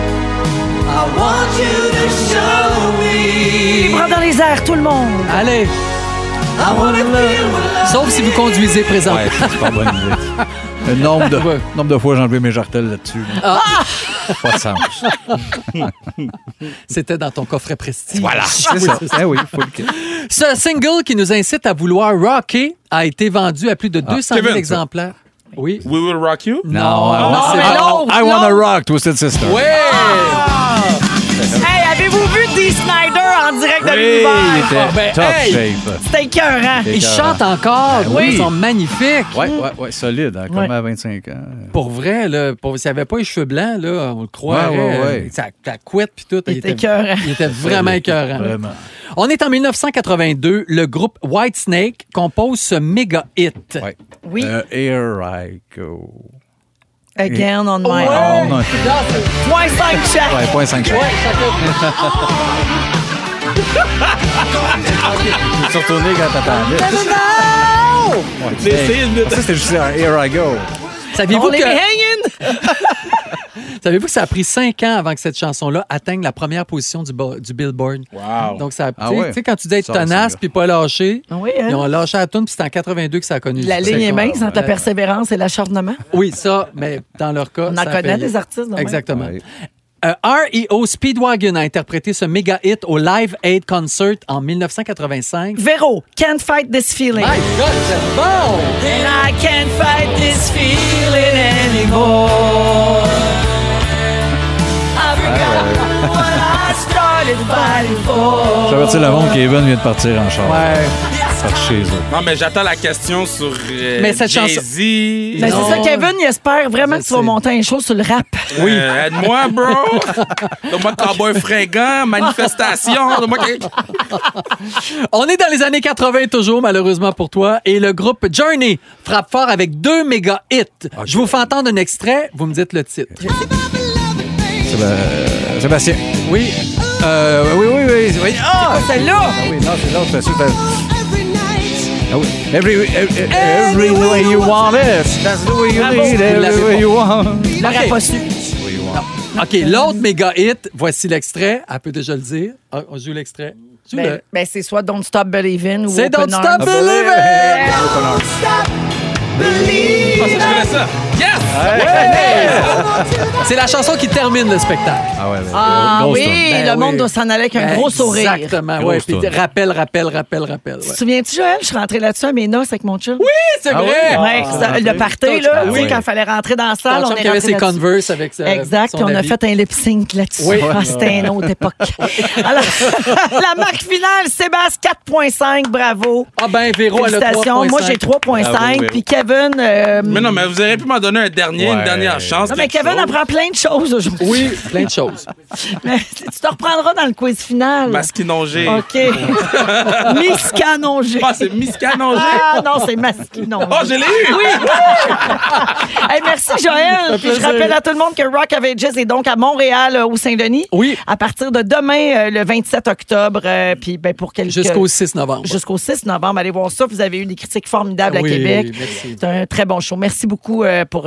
Speaker 1: Il prend dans les airs, tout le monde.
Speaker 10: Allez. Sauf si vous conduisez présentement.
Speaker 17: Ouais, ça, c'est pas une bonne idée. Le nombre de, nombre de fois j'ai enlevé mes jartelles là-dessus. là.
Speaker 10: Ah!
Speaker 17: Pas de sens.
Speaker 10: C'était dans ton coffret prestige.
Speaker 17: Voilà, c'est
Speaker 10: Oui,
Speaker 17: ça.
Speaker 10: c'est ça.
Speaker 17: Eh oui, faut le
Speaker 10: Ce single qui nous incite à vouloir rocker a été vendu à plus de
Speaker 1: Ah.
Speaker 10: 200 000
Speaker 17: Ah, Kevin, ça.
Speaker 10: exemplaires. Oui.
Speaker 8: We will rock you?
Speaker 17: Non, I want-
Speaker 10: mais
Speaker 17: I-
Speaker 10: l'autre,
Speaker 17: I wanna rock, Twisted Sister.
Speaker 1: Ah! Hey, avez-vous vu Dee Snyder en direct de
Speaker 17: Oui,
Speaker 1: l'univers?
Speaker 17: il était
Speaker 1: Ah, ben,
Speaker 17: top
Speaker 1: hey,
Speaker 17: shape.
Speaker 1: C'était écœurant.
Speaker 10: Ils chantent encore.
Speaker 17: Ben oui.
Speaker 10: Ils sont magnifiques.
Speaker 17: Ouais, ouais, ouais, solide, hein, comme
Speaker 10: Ouais.
Speaker 17: à 25 ans.
Speaker 10: Pour vrai, là, pour, s'il avait pas les cheveux blancs, là, on le croirait.
Speaker 17: Ouais, ouais, ouais.
Speaker 10: Ça, ça couette puis tout.
Speaker 1: Il était écœurant.
Speaker 10: Il était vraiment
Speaker 17: Solide,
Speaker 10: écœurant.
Speaker 17: Vraiment.
Speaker 10: On est en 1982. Le groupe Whitesnake compose ce méga hit.
Speaker 1: Oui.
Speaker 17: Euh, here I go.
Speaker 1: Again on my
Speaker 17: Oh,
Speaker 1: own.
Speaker 17: non.
Speaker 1: Point cinq chaque.
Speaker 17: Ouais, point cinq chaque.
Speaker 1: Ouais,
Speaker 17: Je me suis retourné quand t'attendais. Ouais,
Speaker 8: Les
Speaker 17: hey,
Speaker 8: films de-
Speaker 17: Ça, c'était juste un Here I go.
Speaker 10: Saviez-vous
Speaker 1: On est
Speaker 10: que,
Speaker 1: hanging.
Speaker 10: saviez-vous que ça a pris cinq ans avant que cette chanson-là atteigne la première position du, bo- du Billboard?
Speaker 8: Wow.
Speaker 10: Donc, ça,
Speaker 17: Ah
Speaker 10: tu sais-
Speaker 17: ouais.
Speaker 10: tu sais, quand tu dis être
Speaker 17: Ça, c'est
Speaker 10: tenace
Speaker 17: dur.
Speaker 10: puis pas lâché,
Speaker 1: Oui, hein?
Speaker 10: ils ont lâché la tune puis c'est en 82 que ça a connu. le
Speaker 1: La
Speaker 10: succès.
Speaker 1: ligne est mince entre la
Speaker 10: Euh,
Speaker 1: persévérance et l'acharnement.
Speaker 10: Oui, ça, mais dans leur cas.
Speaker 1: On en
Speaker 10: ça a
Speaker 1: connaît
Speaker 10: payé.
Speaker 1: des artistes, non, même.
Speaker 10: Exactement. Euh, R.E.O. Speedwagon a interprété ce méga hit au Live Aid Concert en 1985.
Speaker 1: Véro, can't fight this feeling.
Speaker 10: My God, c'est bon!
Speaker 1: And I can't fight this feeling anymore. I forgot what I started fighting for.
Speaker 17: J'avertis le monde qu'Evan vient de partir en char.
Speaker 10: Ouais.
Speaker 17: Par chez eux.
Speaker 8: Non, mais j'attends la question sur euh,
Speaker 10: Mais cette chanson-
Speaker 8: Jay-Z.
Speaker 1: Mais c'est ça, Kevin, il espère vraiment que tu vas monter un show sur le rap.
Speaker 8: Oui. Euh, aide-moi, bro. Donne-moi Cowboy Fringant, Manifestation. Donne-moi quelque-
Speaker 10: On est dans les années 80 toujours, malheureusement pour toi. Et le groupe Journey frappe fort avec deux méga hits. Je vous fais entendre un extrait, vous me dites le titre.
Speaker 17: Séba- euh, Sébastien.
Speaker 10: Oui.
Speaker 17: Euh, oui, oui, oui. oui. Ah!
Speaker 1: C'est là!
Speaker 17: Ah oui, non, c'est l'autre. parce que t'as- Ah oui. Every, every, every way you want it. That's the way you
Speaker 1: Bravo.
Speaker 17: need it.
Speaker 10: Ah Vous l'avez
Speaker 17: Every way
Speaker 10: pas.
Speaker 17: you want it.
Speaker 1: Il l'aurait pas su.
Speaker 10: OK, l'autre méga hit, voici l'extrait. Elle peut déjà le dire. Ah, on joue l'extrait. Joue-le.
Speaker 1: Ben, ben, c'est soit Don't Stop Believin' ou
Speaker 10: C'est
Speaker 1: Open
Speaker 10: Don't
Speaker 1: Arms.
Speaker 10: Stop Believing!
Speaker 1: ben
Speaker 8: Ah, ça, je connais ça. Yes!
Speaker 10: C'est la chanson qui termine le spectacle. Ben
Speaker 17: Ah ouais, ouais.
Speaker 1: Ah
Speaker 17: Grosse
Speaker 1: oui,
Speaker 17: tourne.
Speaker 1: le
Speaker 10: oui.
Speaker 1: monde doit s'en aller avec un gros sourire.
Speaker 10: Exactement,
Speaker 17: Grosse
Speaker 10: ouais. Puis
Speaker 17: toune.
Speaker 10: rappel, rappel, rappel, rappel. ouais.
Speaker 1: Tu te souviens-tu, Joël? Je suis rentrée là-dessus à mes noces avec mon chum. Oui!
Speaker 10: C'est
Speaker 17: Ah
Speaker 10: vrai!
Speaker 17: oui?
Speaker 1: Ouais, ça- le party, là,
Speaker 17: Ah
Speaker 1: tu sais,
Speaker 17: oui.
Speaker 1: quand il fallait rentrer dans la salle,
Speaker 10: Ton
Speaker 1: on
Speaker 10: chum
Speaker 1: est
Speaker 10: qui avait ses
Speaker 1: rentré là-dessus.
Speaker 10: Converse avec ça.
Speaker 1: Exact, puis on a fait un lip sync là-dessus.
Speaker 10: Oui.
Speaker 1: Ah, c'était une autre époque. Alors, la marque finale, Sébastien 4.5, bravo.
Speaker 10: Ah ben, Véro, elle a
Speaker 1: Félicitations.
Speaker 10: 3,5.
Speaker 1: Moi, j'ai
Speaker 17: Bravo,
Speaker 1: 3.5,
Speaker 17: Véro.
Speaker 1: puis Kevin. euh,
Speaker 8: Mais non, mais vous auriez pu m'en donner un dernier, une
Speaker 17: Ouais.
Speaker 8: dernière chance.
Speaker 1: non, mais
Speaker 8: quelque
Speaker 1: Kevin
Speaker 8: chose.
Speaker 1: apprend plein de choses aujourd'hui.
Speaker 10: Oui, plein de choses.
Speaker 1: Mais tu te reprendras dans le quiz final.
Speaker 8: Masquinongé.
Speaker 1: OK. Miscanongé.
Speaker 8: Ah, c'est miscanongé.
Speaker 1: Ah non, c'est masquinongé.
Speaker 8: Oh, je l'ai eu!
Speaker 1: Oui! Hey, merci, Joël. Puis je rappelle à tout le monde que Rock of Ages est donc à Montréal, euh, au Saint-Denis.
Speaker 10: Oui.
Speaker 1: À partir de demain, euh, le 27 octobre. euh, puis ben, pour quelques...
Speaker 10: Jusqu'au 6 novembre.
Speaker 1: Jusqu'au 6 novembre. Allez voir ça. Vous avez eu des critiques formidables à
Speaker 10: Oui,
Speaker 1: Québec.
Speaker 10: merci.
Speaker 1: C'est un très bon show. Merci beaucoup euh, pour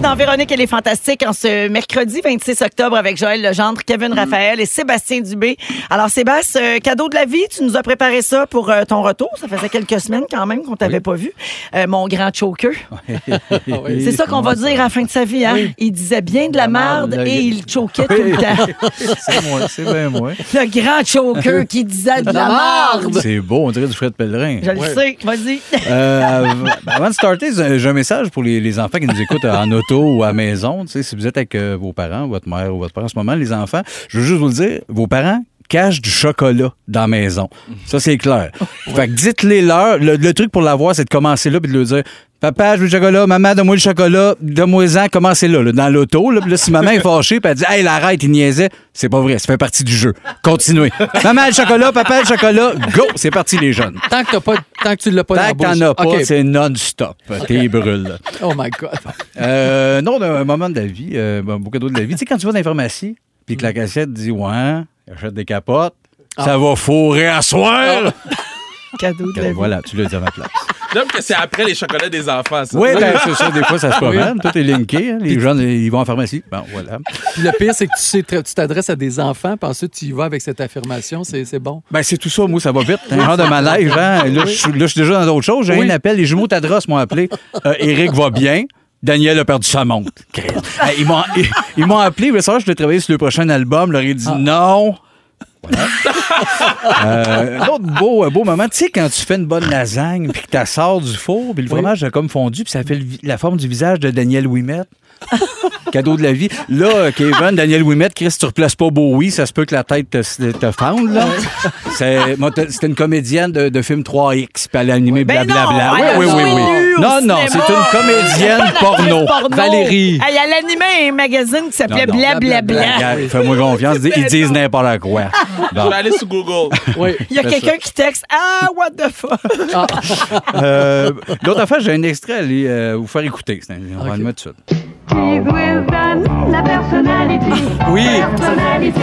Speaker 1: dans Véronique et les Fantastiques en ce mercredi 26 octobre avec Joël Legendre, Kevin Raphaël et Sébastien Dubé. Alors, Sébastien, euh, cadeau de la vie, tu nous as préparé ça pour euh, ton retour. Ça faisait quelques semaines quand même qu'on t'avait pas vu. Euh, mon grand choker. C'est ça
Speaker 17: Ah,
Speaker 1: qu'on va dire à la fin de sa vie. Hein? Il disait bien de la merde
Speaker 17: marde,
Speaker 1: et
Speaker 17: le-
Speaker 1: il choquait tout le temps.
Speaker 17: C'est moi, c'est bien moi.
Speaker 1: Le grand choker qui disait de la merde.
Speaker 17: C'est beau, on dirait du Fred Pellerin.
Speaker 1: Je le sais, vas-y.
Speaker 17: Euh, av- avant de starter, j'ai j'ai un message pour les, les enfants qui nous écoutent euh, en auto ou à la maison. Tu sais, si vous êtes avec euh, vos parents, votre mère ou votre père en ce moment, les enfants, je veux juste vous le dire, vos parents cachent du chocolat dans la maison. Ça, c'est clair. Fait que dites-les leur. Le, le truc pour l'avoir, c'est de commencer là puis de leur dire Papa, je veux du chocolat. Maman, donne-moi le chocolat. Donne-moi-en. Commencez là, là, dans l'auto. Là, Puis là, si maman est fâchée puis elle dit Hey, là, arrête, il niaisait. C'est pas vrai. Ça fait partie du jeu. Continuez. maman, le chocolat. Papa, le chocolat. Go. C'est parti, les jeunes.
Speaker 10: Tant que, t'as pas, tant que tu l'as pas
Speaker 17: Tant que
Speaker 10: dans la
Speaker 17: t'en
Speaker 10: bouche.
Speaker 17: as pas,
Speaker 10: OK.
Speaker 17: c'est non-stop. T'es brûle.
Speaker 10: Oh my God.
Speaker 17: Euh, non, on a un moment de la vie, euh, un beau cadeau de la vie. Tu sais, quand tu vas dans la pharmacie, puis
Speaker 10: Mm.
Speaker 17: que la cassette dit Ouais, achète des capotes,
Speaker 10: Ah.
Speaker 17: ça va fourrer à soir.
Speaker 1: Cadeau
Speaker 17: Ben, Voilà, tu l'as dit à ma place.
Speaker 18: Donc, que c'est après les chocolats des enfants, ça.
Speaker 17: Oui, ben, c'est ça, des fois, ça se promène. Tout est linké. hein. Les jeunes, ils vont en pharmacie. Bon, voilà.
Speaker 10: Puis le pire, c'est que tu sais, très- tu t'adresses à des enfants, puis ensuite tu y vas avec cette affirmation, c'est c'est bon.
Speaker 17: Ben, c'est tout ça, moi, ça va vite. Un genre de malaise, hein. Là, je suis là, je suis déjà dans d'autres choses. J'ai
Speaker 10: Oui.
Speaker 17: un appel. Les jumeaux Tadros m'ont appelé. Euh, Eric va bien. Daniel a perdu sa montre. Christ. Euh, Ils m'ont, ils, ils m'ont appelé. Ils voulaient savoir si je voulais travailler sur le prochain album. Je leur ai dit non. Euh, un autre beau, un beau moment, tu sais, quand tu fais une bonne lasagne, puis que tu sors du four, puis le fromage a comme fondu, puis ça fait le vi- la forme du visage de Daniel Ouimet. Cadeau de la vie. Là, euh, Kevin, Daniel Ouimet, Chris, tu replaces pas Bowie, ça se peut que la tête te, te fende, là. C'est- moi, t'as- C'était une comédienne de, de film 3X, puis elle a animé blablabla.
Speaker 1: Ben elle
Speaker 17: oui, oui,
Speaker 1: joue
Speaker 17: oui,
Speaker 1: nue
Speaker 17: oui.
Speaker 1: au
Speaker 17: Non, non,
Speaker 1: cinéma.
Speaker 17: c'est une comédienne
Speaker 1: Elle est pas une
Speaker 17: porno.
Speaker 1: actrice porno. Elle, elle animait un magazine qui s'appelait
Speaker 17: Non, non.
Speaker 1: Blablabla.
Speaker 17: Regarde, Fais-moi confiance, ils disent n'importe quoi. Bon.
Speaker 18: Je vais aller sur Google.
Speaker 1: Il y a
Speaker 17: C'est
Speaker 1: quelqu'un
Speaker 17: ça.
Speaker 1: qui texte Ah, what the fuck?
Speaker 17: Euh, L'autre affaire, j'ai un extrait à aller, euh, vous faire écouter. C'est un- On va le mettre tout de suite.
Speaker 9: la personnalité.
Speaker 17: Oui.
Speaker 9: Personnalité.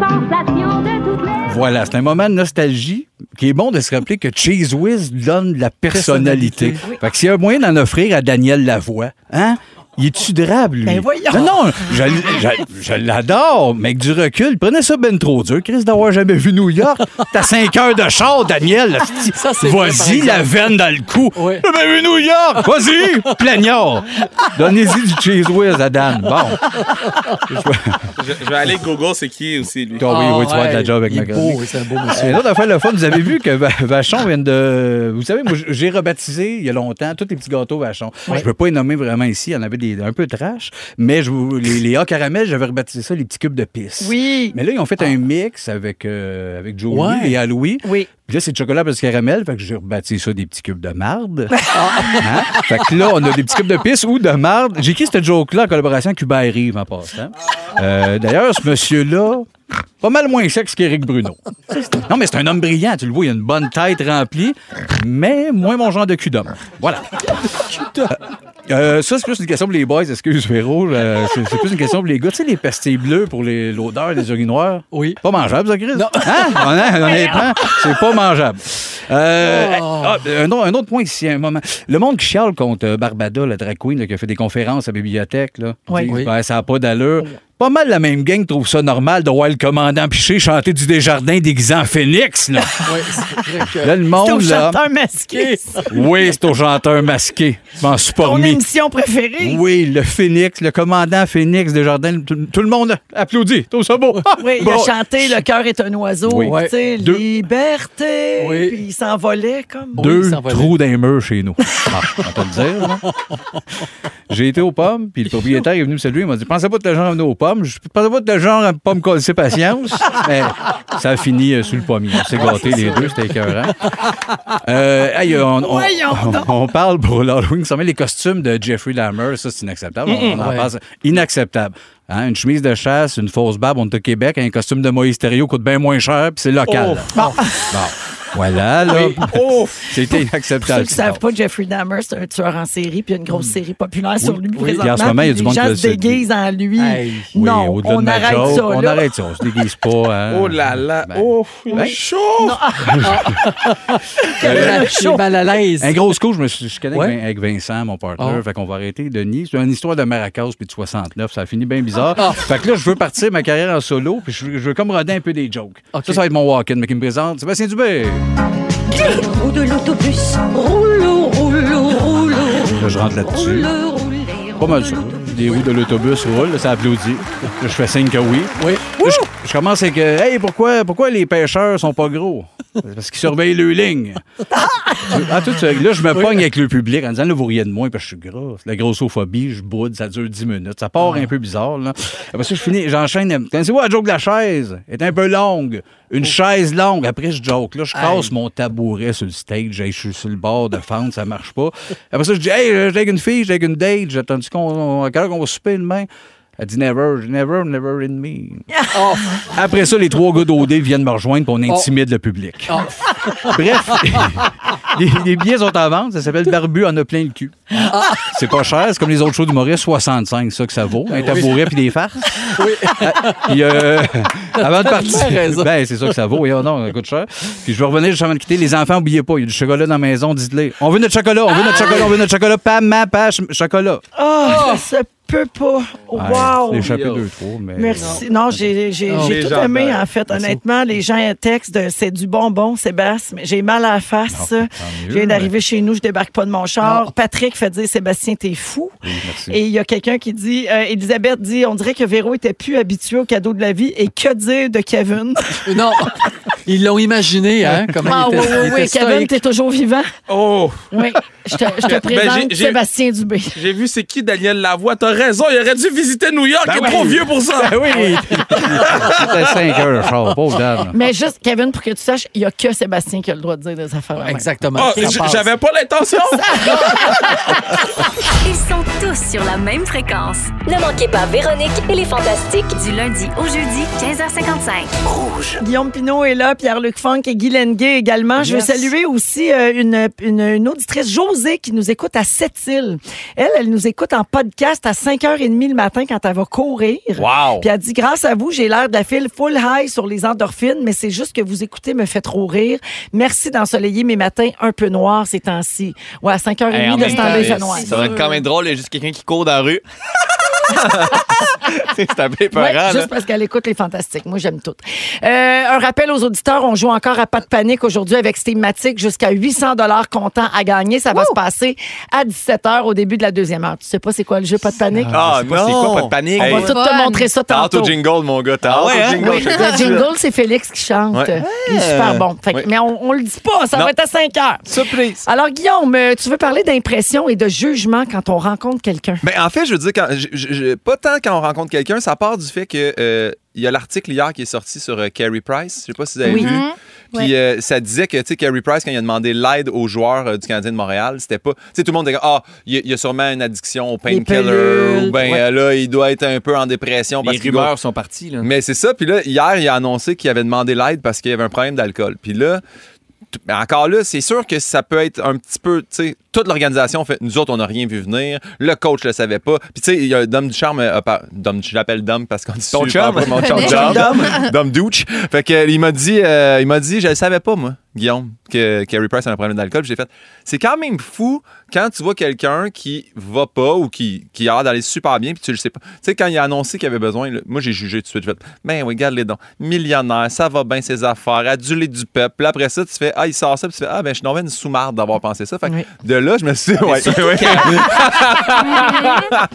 Speaker 9: sensation de toutes les.
Speaker 17: Voilà, c'est un moment de nostalgie qui est bon de se rappeler que Cheese Whiz donne de la personnalité. Fait que s'il y a un moyen d'en offrir à Daniel Lavoie, hein? Il est-tu drabe, lui?
Speaker 9: Ben voyons.
Speaker 17: Non, non, je, je- je l'adore, mais avec du recul, prenez ça ben trop dur. Chris, d'avoir jamais vu New York, t'as 5 heures de char, Daniel.
Speaker 9: c'est vrai, par
Speaker 17: Vas-y,
Speaker 9: exemple.
Speaker 17: la veine dans le cou.
Speaker 9: Ouais.
Speaker 17: J'ai jamais vu New York! Vas-y, plaignard. Donnez-y du Cheese Whiz à Dan. Bon.
Speaker 18: Je, je vais aller Google, c'est qui aussi, lui?
Speaker 17: Ah oui, oui, tu vas avoir de la job avec ma chronique. Et l'autre affaire, le fun, vous avez vu que Va- Vachon vient de. Vous savez, moi, j'ai rebaptisé il y a longtemps tous les petits gâteaux Vachon.
Speaker 10: Oui.
Speaker 17: Je ne peux pas les nommer vraiment ici, il y en avait des, un peu trash, mais je, vous- les, les A caramel, j'avais rebaptisé ça les petits cubes de pisse.
Speaker 1: Oui. Ah.
Speaker 17: Mais là, ils ont fait un mix avec, euh, avec Joey
Speaker 10: Ouais.
Speaker 17: et Aloui.
Speaker 1: Oui.
Speaker 17: Puis là, c'est de chocolat parce caramel, fait que j'ai rebaptisé ça des petits cubes de marde. Hein? Fait que là, on a des petits cubes de pisse ou de marde. J'ai écrit cette joke-là en collaboration avec Hubert Rive en passant. Euh, D'ailleurs, ce monsieur-là, pas mal moins sexe qu'Éric Bruno. Non, mais c'est un homme brillant, tu le vois, il a une bonne tête remplie, mais moins mon genre de cul d'homme. Voilà. Euh, ça, c'est plus une question pour les boys, excuse Véro. euh, c'est c'est plus une question pour les gars. Tu sais, les pastilles bleues pour les- l'odeur des urinoirs? Oui. Pas mangeable, ça, Chris? Non. Hein? Hon- Honnêtement, c'est pas mangeable. Euh, ah, un, au- un autre point ici, un moment. Le monde qui chiale contre euh, Barbada, la drag queen, là, qui a fait des conférences à la bibliothèque, là,
Speaker 1: Oui.
Speaker 17: disent,
Speaker 1: Oui.
Speaker 17: Ben, ça n'a pas d'allure. Pas mal la même gang trouve ça normal de voir le commandant Piché chanter du Desjardins déguisé en phénix. Là.
Speaker 10: Oui, c'est vrai que.
Speaker 17: Là, le monde,
Speaker 1: C'est au
Speaker 17: là.
Speaker 1: chanteur masqué. ça.
Speaker 17: Oui, c'est au chanteur masqué. Je m'en suis pas
Speaker 1: Ton
Speaker 17: remis.
Speaker 1: émission préférée.
Speaker 17: Oui, le Phoenix, le commandant Phénix de Jardin. Tout, tout le monde applaudit. Tout ça beau. Ah,
Speaker 1: Oui, il
Speaker 17: bon.
Speaker 1: a chanté Le cœur est un oiseau.
Speaker 17: Oui.
Speaker 1: Tu sais,
Speaker 17: Deux-
Speaker 1: liberté. Puis il s'envolait comme.
Speaker 17: Deux trous d'un mur chez nous. Ah, on va te le dire. là. J'ai été aux pommes, puis le propriétaire est venu me saluer. Il m'a dit Pensez pas de le genre à venir aux pommes. Je pensais pas de le genre à me pas me casser patience. Mais ça a fini euh, sous le pommier. On s'est gâtés les deux, c'était écœurant. Euh, hey, on, on-
Speaker 9: Voyons donc.
Speaker 17: on parle pour l'Halloween. Ça met les costumes de Jeffrey Dahmer, ça, c'est inacceptable. On,
Speaker 9: Mm-mm.
Speaker 17: en
Speaker 9: Ouais.
Speaker 17: passe. Inacceptable. Hein, une chemise de chasse, une fausse barbe, on est au Québec, un costume de Moïse Thériault coûte bien moins cher, puis c'est local.
Speaker 9: Oh.
Speaker 17: Bon.
Speaker 9: Bon.
Speaker 17: Bon. Voilà, là.
Speaker 1: Oui.
Speaker 17: C'était
Speaker 1: Pour ceux
Speaker 17: inacceptable.
Speaker 1: qui ne savent pas, Jeffrey Dahmer, c'est un tueur en série, puis il y a une grosse série populaire sur lui
Speaker 17: Mm. oui.
Speaker 1: présentement.
Speaker 17: Puis en ce moment, il y a
Speaker 1: puis
Speaker 17: du monde
Speaker 1: Les
Speaker 17: qui
Speaker 1: gens
Speaker 17: le
Speaker 1: se
Speaker 17: sait.
Speaker 1: déguisent en lui.
Speaker 17: Oui,
Speaker 1: non,
Speaker 17: au-delà de
Speaker 1: on
Speaker 17: ma
Speaker 1: arrête
Speaker 17: joke,
Speaker 1: ça.
Speaker 17: On
Speaker 1: là.
Speaker 17: arrête ça, on se déguise pas. hein.
Speaker 18: Oh là là. Oh, il
Speaker 17: Ben.
Speaker 18: est chaud.
Speaker 17: Euh,
Speaker 10: Il est
Speaker 17: chaud.
Speaker 10: mal à l'aise.
Speaker 17: Un gros coup, je me suis je connais
Speaker 10: Ouais.
Speaker 17: avec Vincent, mon partenaire.
Speaker 10: Ah.
Speaker 17: Fait qu'on va arrêter, Denis. C'est une histoire de Maracas puis de 69. Ça a fini bien bizarre. Fait que là, je veux partir ma carrière en solo, puis je, veux- je veux comme rodin un peu des jokes. Ça, ça va être mon walk-in, mais qui me présente Sébastien Dubé.
Speaker 9: Ou de l'autobus. Roule, roule, roule.
Speaker 17: Là, je rentre là-dessus. Pas mal ça. Les roues de l'autobus roulent, ça applaudit. Là, je fais signe que oui. Oui. je, je commence avec euh, Hey, pourquoi, pourquoi les pêcheurs sont pas gros? C'est Parce qu'ils surveillent le ligne. Ah, tout ça. Là, je me pogne avec le public en disant Là, vous riez de moi parce que je suis gras. C'est La grossophobie, je boude, ça dure 10 minutes. Ça part un peu bizarre. Là. Après ça, je finis, j'enchaîne. Connaissez-vous la joke de la chaise? Elle est un peu longue. Une chaise longue. Après, je joke. Là, je casse mon tabouret sur le stage. Hey, Je suis sur le bord de fente, ça marche pas. Après ça, je dis Hey, euh, j'ai avec une fille, j'ai avec une date. J'ai attendu qu'on, à quelle heure qu'on va souper demain? Elle dit never, never, never in me. Après ça, les trois gars d'OD viennent me rejoindre pour on intimide le public. Bref, les, les billets sont en vente. Ça s'appelle Barbu en a plein le cul.
Speaker 1: Ah,
Speaker 17: C'est pas cher. C'est comme les autres shows d'humoristes. 65, ça que ça vaut. Un tabouret puis des farces. Puis, euh, avant de
Speaker 10: T'as tellement raison.
Speaker 17: partir, ben, c'est ça que ça vaut. Voyons donc, ça coûte cher. Puis je vais revenir juste avant de quitter. Les enfants, oubliez pas, il y a du chocolat dans la maison. Dites-les, on veut notre chocolat, on veut notre chocolat, on veut notre chocolat. Pam, ma, pa, ch- chocolat.
Speaker 1: Ah, ça se peut pas. Wow!
Speaker 17: J'ai échappé deux, trois, mais.
Speaker 1: Merci. Non, j'ai j'ai-
Speaker 17: Oh. Non.
Speaker 1: j'ai
Speaker 17: Les euh,
Speaker 1: tout
Speaker 17: gens
Speaker 1: aimé,
Speaker 17: adorent.
Speaker 1: en fait.
Speaker 17: Merci.
Speaker 1: Honnêtement, les gens textent de c'est du bonbon, Sébastien, mais j'ai mal à la face. je viens d'arriver chez nous, je débarque pas de mon char. Patrick fait dire Sébastien, t'es fou. Et il y a quelqu'un qui dit euh, Elisabeth dit, on dirait que Véro était plus habitué au cadeau de la vie. Et que dire de Kevin?
Speaker 10: Non, ils l'ont imaginé, hein,
Speaker 1: Euh, Ah
Speaker 10: comment il
Speaker 1: oui,
Speaker 10: était,
Speaker 1: oui,
Speaker 10: il
Speaker 1: oui.
Speaker 10: était
Speaker 1: Kevin,
Speaker 10: stoïque.
Speaker 1: t'es toujours vivant.
Speaker 18: Oh!
Speaker 1: Oui, je te, je te
Speaker 18: Ben,
Speaker 1: présente
Speaker 18: j'ai- j'ai-
Speaker 1: Sébastien Dubé.
Speaker 18: J'ai vu c'est qui Daniel Lavoie. T'as raison, il aurait dû visiter New York.
Speaker 17: Ben
Speaker 18: il est
Speaker 17: oui.
Speaker 18: trop vieux pour ça.
Speaker 17: Ben oui. C'était 5 heures, le char, pauvre dame.
Speaker 1: Mais juste, Kevin, pour que tu saches, il n'y a que Sébastien qui a le droit de dire des affaires. de même.
Speaker 10: Exactement.
Speaker 18: Ah, j- J'avais pas l'intention.
Speaker 7: Ils sont tous sur la même fréquence. Ne manquez pas Véronique et les Fantastiques du lundi au jeudi 15h55. Rouge.
Speaker 1: Guillaume Pinot est là, Pierre-Luc Funk et Guy Lenguet également. Je veux
Speaker 7: Yes.
Speaker 1: saluer aussi euh, une, une, une auditrice, Josée, qui nous écoute à Sept-Îles. Elle, elle nous écoute en podcast à 5h30 le matin quand elle va courir.
Speaker 9: Wow.
Speaker 1: Puis elle dit, grâce à vous, j'ai l'air de la file full high sur les endorphines, mais c'est juste que vous écoutez me fait trop rire. Merci d'ensoleiller mes matins un peu noirs ces temps-ci. Ouais, à 5h30
Speaker 5: Hey, en
Speaker 1: de
Speaker 5: même
Speaker 1: se
Speaker 5: temps,
Speaker 1: enlever
Speaker 5: euh,
Speaker 1: fait noir.
Speaker 5: Ça va être quand même drôle, il y a juste quelqu'un qui court dans la rue. c'est un peu
Speaker 1: Ouais,
Speaker 5: épeurant, là.
Speaker 1: juste parce qu'elle écoute les fantastiques. Moi, j'aime tout. Euh, un rappel aux auditeurs, on joue encore à pas de panique aujourd'hui avec cette thématique jusqu'à 800 dollars comptant à gagner. Ça va se passer à 17h au début de la deuxième heure. Tu sais pas c'est quoi le jeu pas de panique?
Speaker 5: Ah, je sais pas c'est quoi, pas de panique.
Speaker 1: On va tout te montrer ça
Speaker 5: T'as hâte
Speaker 1: tantôt. Ah hein?
Speaker 5: au jingle, mon gars. T'as hâte
Speaker 1: Oui,
Speaker 5: au jingle. je te
Speaker 1: le
Speaker 5: dis, là.
Speaker 1: jingle, c'est Félix qui chante.
Speaker 5: Ouais.
Speaker 1: Il est super bon. Fait que-
Speaker 5: Ouais.
Speaker 1: Mais on, on le dit pas, ça
Speaker 5: Non.
Speaker 1: va être à 5 heures. Surprise. Alors, Guillaume, euh, tu veux parler d'impression et de jugement quand on rencontre quelqu'un?
Speaker 5: Ben, en fait, je veux dire, quand, je- je- je- pas tant quand on rencontre quelqu'un, ça part du fait que euh, il y a l'article hier qui est sorti sur euh, Carey Price. Je sais pas si vous avez
Speaker 9: Oui.
Speaker 5: vu.
Speaker 9: Mhm.
Speaker 5: Puis euh, ça disait que, tu sais, Carey Price, quand il a demandé l'aide aux joueurs euh, du Canadien de Montréal, c'était pas. Tu sais, tout le monde disait, ah, il y a- il y, a sûrement une addiction au painkiller,
Speaker 18: pilules.
Speaker 5: ou ben
Speaker 18: Ouais.
Speaker 5: euh, là, il doit être un peu en dépression.
Speaker 18: Les
Speaker 5: parce qu'il
Speaker 18: rumeurs
Speaker 5: doit-
Speaker 18: sont parties, là.
Speaker 5: Mais c'est ça. Puis là, hier, il a annoncé qu'il avait demandé l'aide parce qu'il y avait un problème d'alcool. Puis là, t- mais encore là, c'est sûr que ça peut être un petit peu, tu sais, toute l'organisation fait, nous autres, on n'a rien vu venir, le coach le savait pas. Puis tu sais, il y a Dom Ducharme, euh, par- Dom, je l'appelle Dom parce qu'on dit
Speaker 18: Ton
Speaker 5: super
Speaker 18: chum?
Speaker 5: pas mon chum
Speaker 18: Dom.
Speaker 5: Dom, Dom Douche. Fait que euh, il m'a dit, euh, il m'a dit, je le savais pas moi, Guillaume, que Carey Price a un problème d'alcool. Puis J'ai fait, c'est quand même fou quand tu vois quelqu'un qui va pas ou qui, qui a l'air d'aller super bien puis tu le sais pas. Tu sais quand il a annoncé qu'il avait besoin, là, moi j'ai jugé tout de suite. J'ai fait, ben oui, regarde les dons, millionnaire, ça va bien ses affaires, adulé du peuple. Puis après ça, tu fais, ah il sort ça, puis tu fais, ah ben je suis donc bien une sous-marde d'avoir pensé ça. Fait que de là, je me suis, dit, ouais.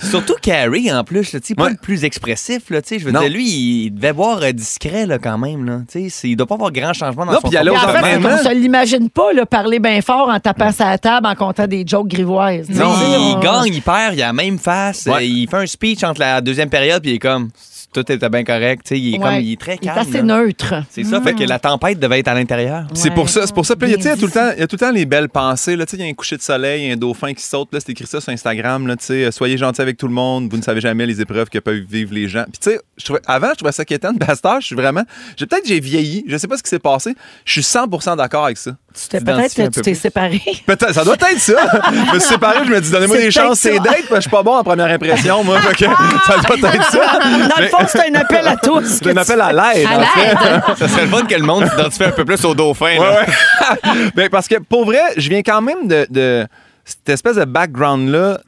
Speaker 9: Surtout
Speaker 5: Carrie en plus,
Speaker 9: le
Speaker 5: tu sais,
Speaker 9: pas
Speaker 5: Ouais.
Speaker 9: le
Speaker 5: plus expressif, là, tu sais,
Speaker 9: je veux
Speaker 5: Non.
Speaker 9: dire, lui, il devait boire euh, discret, là, quand même, là, tu sais, c'est- il doit pas avoir grand changement dans
Speaker 5: Non,
Speaker 9: son
Speaker 5: puis il allait aux
Speaker 9: comportement.
Speaker 1: Fait
Speaker 5: hein?
Speaker 1: qu'on se l'imagine pas, là, parler bien fort en tapant sa table en comptant des jokes grivoises.
Speaker 9: Non,
Speaker 1: Tu sais,
Speaker 9: il
Speaker 1: on-
Speaker 9: gagne, il perd, il a la même face. euh, Il fait un speech entre la deuxième période, puis il est comme.
Speaker 5: tout était bien correct. Tu sais, il est, comme, il est très calme.
Speaker 1: assez
Speaker 5: là.
Speaker 1: neutre. Hmm.
Speaker 5: C'est ça, fait que la tempête devait être à l'intérieur. Puis C'est
Speaker 1: Ouais.
Speaker 5: pour ça, c'est pour ça. Puis là, il y a,
Speaker 1: Bien
Speaker 5: tu sais, il y a tout le temps, il y a tout le temps les belles pensées. Là, Tu sais, il y a un coucher de soleil, il y a un dauphin qui saute. Là, c'est écrit ça sur Instagram. Là, tu sais, euh, soyez gentils avec tout le monde. Vous ne savez jamais les épreuves que peuvent vivre les gens. Puis tu sais, je trouvais- avant, je trouvais ça quétaine. Puis à cette heure, je suis vraiment, j'ai peut-être j'ai vieilli. Je sais pas ce qui s'est passé. Je suis 100% d'accord avec ça.
Speaker 1: Tu t'es- Peut-être que tu t'es séparé.
Speaker 5: Peut-être, ça doit être ça. je me suis séparé, je me dis, donnez-moi
Speaker 1: C'est
Speaker 5: des chances,
Speaker 1: peut-être
Speaker 5: c'est
Speaker 1: ça.
Speaker 5: date, parce que je suis pas bon en première impression, moi. Fait que ça doit être ça.
Speaker 1: Dans le fond, c'est un appel à tous.
Speaker 5: C'est un appel à l'aide.
Speaker 1: À
Speaker 5: en
Speaker 1: l'aide.
Speaker 5: fait.
Speaker 18: Ça serait le fun que le monde s'identifie un peu plus au dauphin. là.
Speaker 5: Ouais, ouais. Ben, parce que pour vrai, je viens quand même de, de cette espèce de background-là.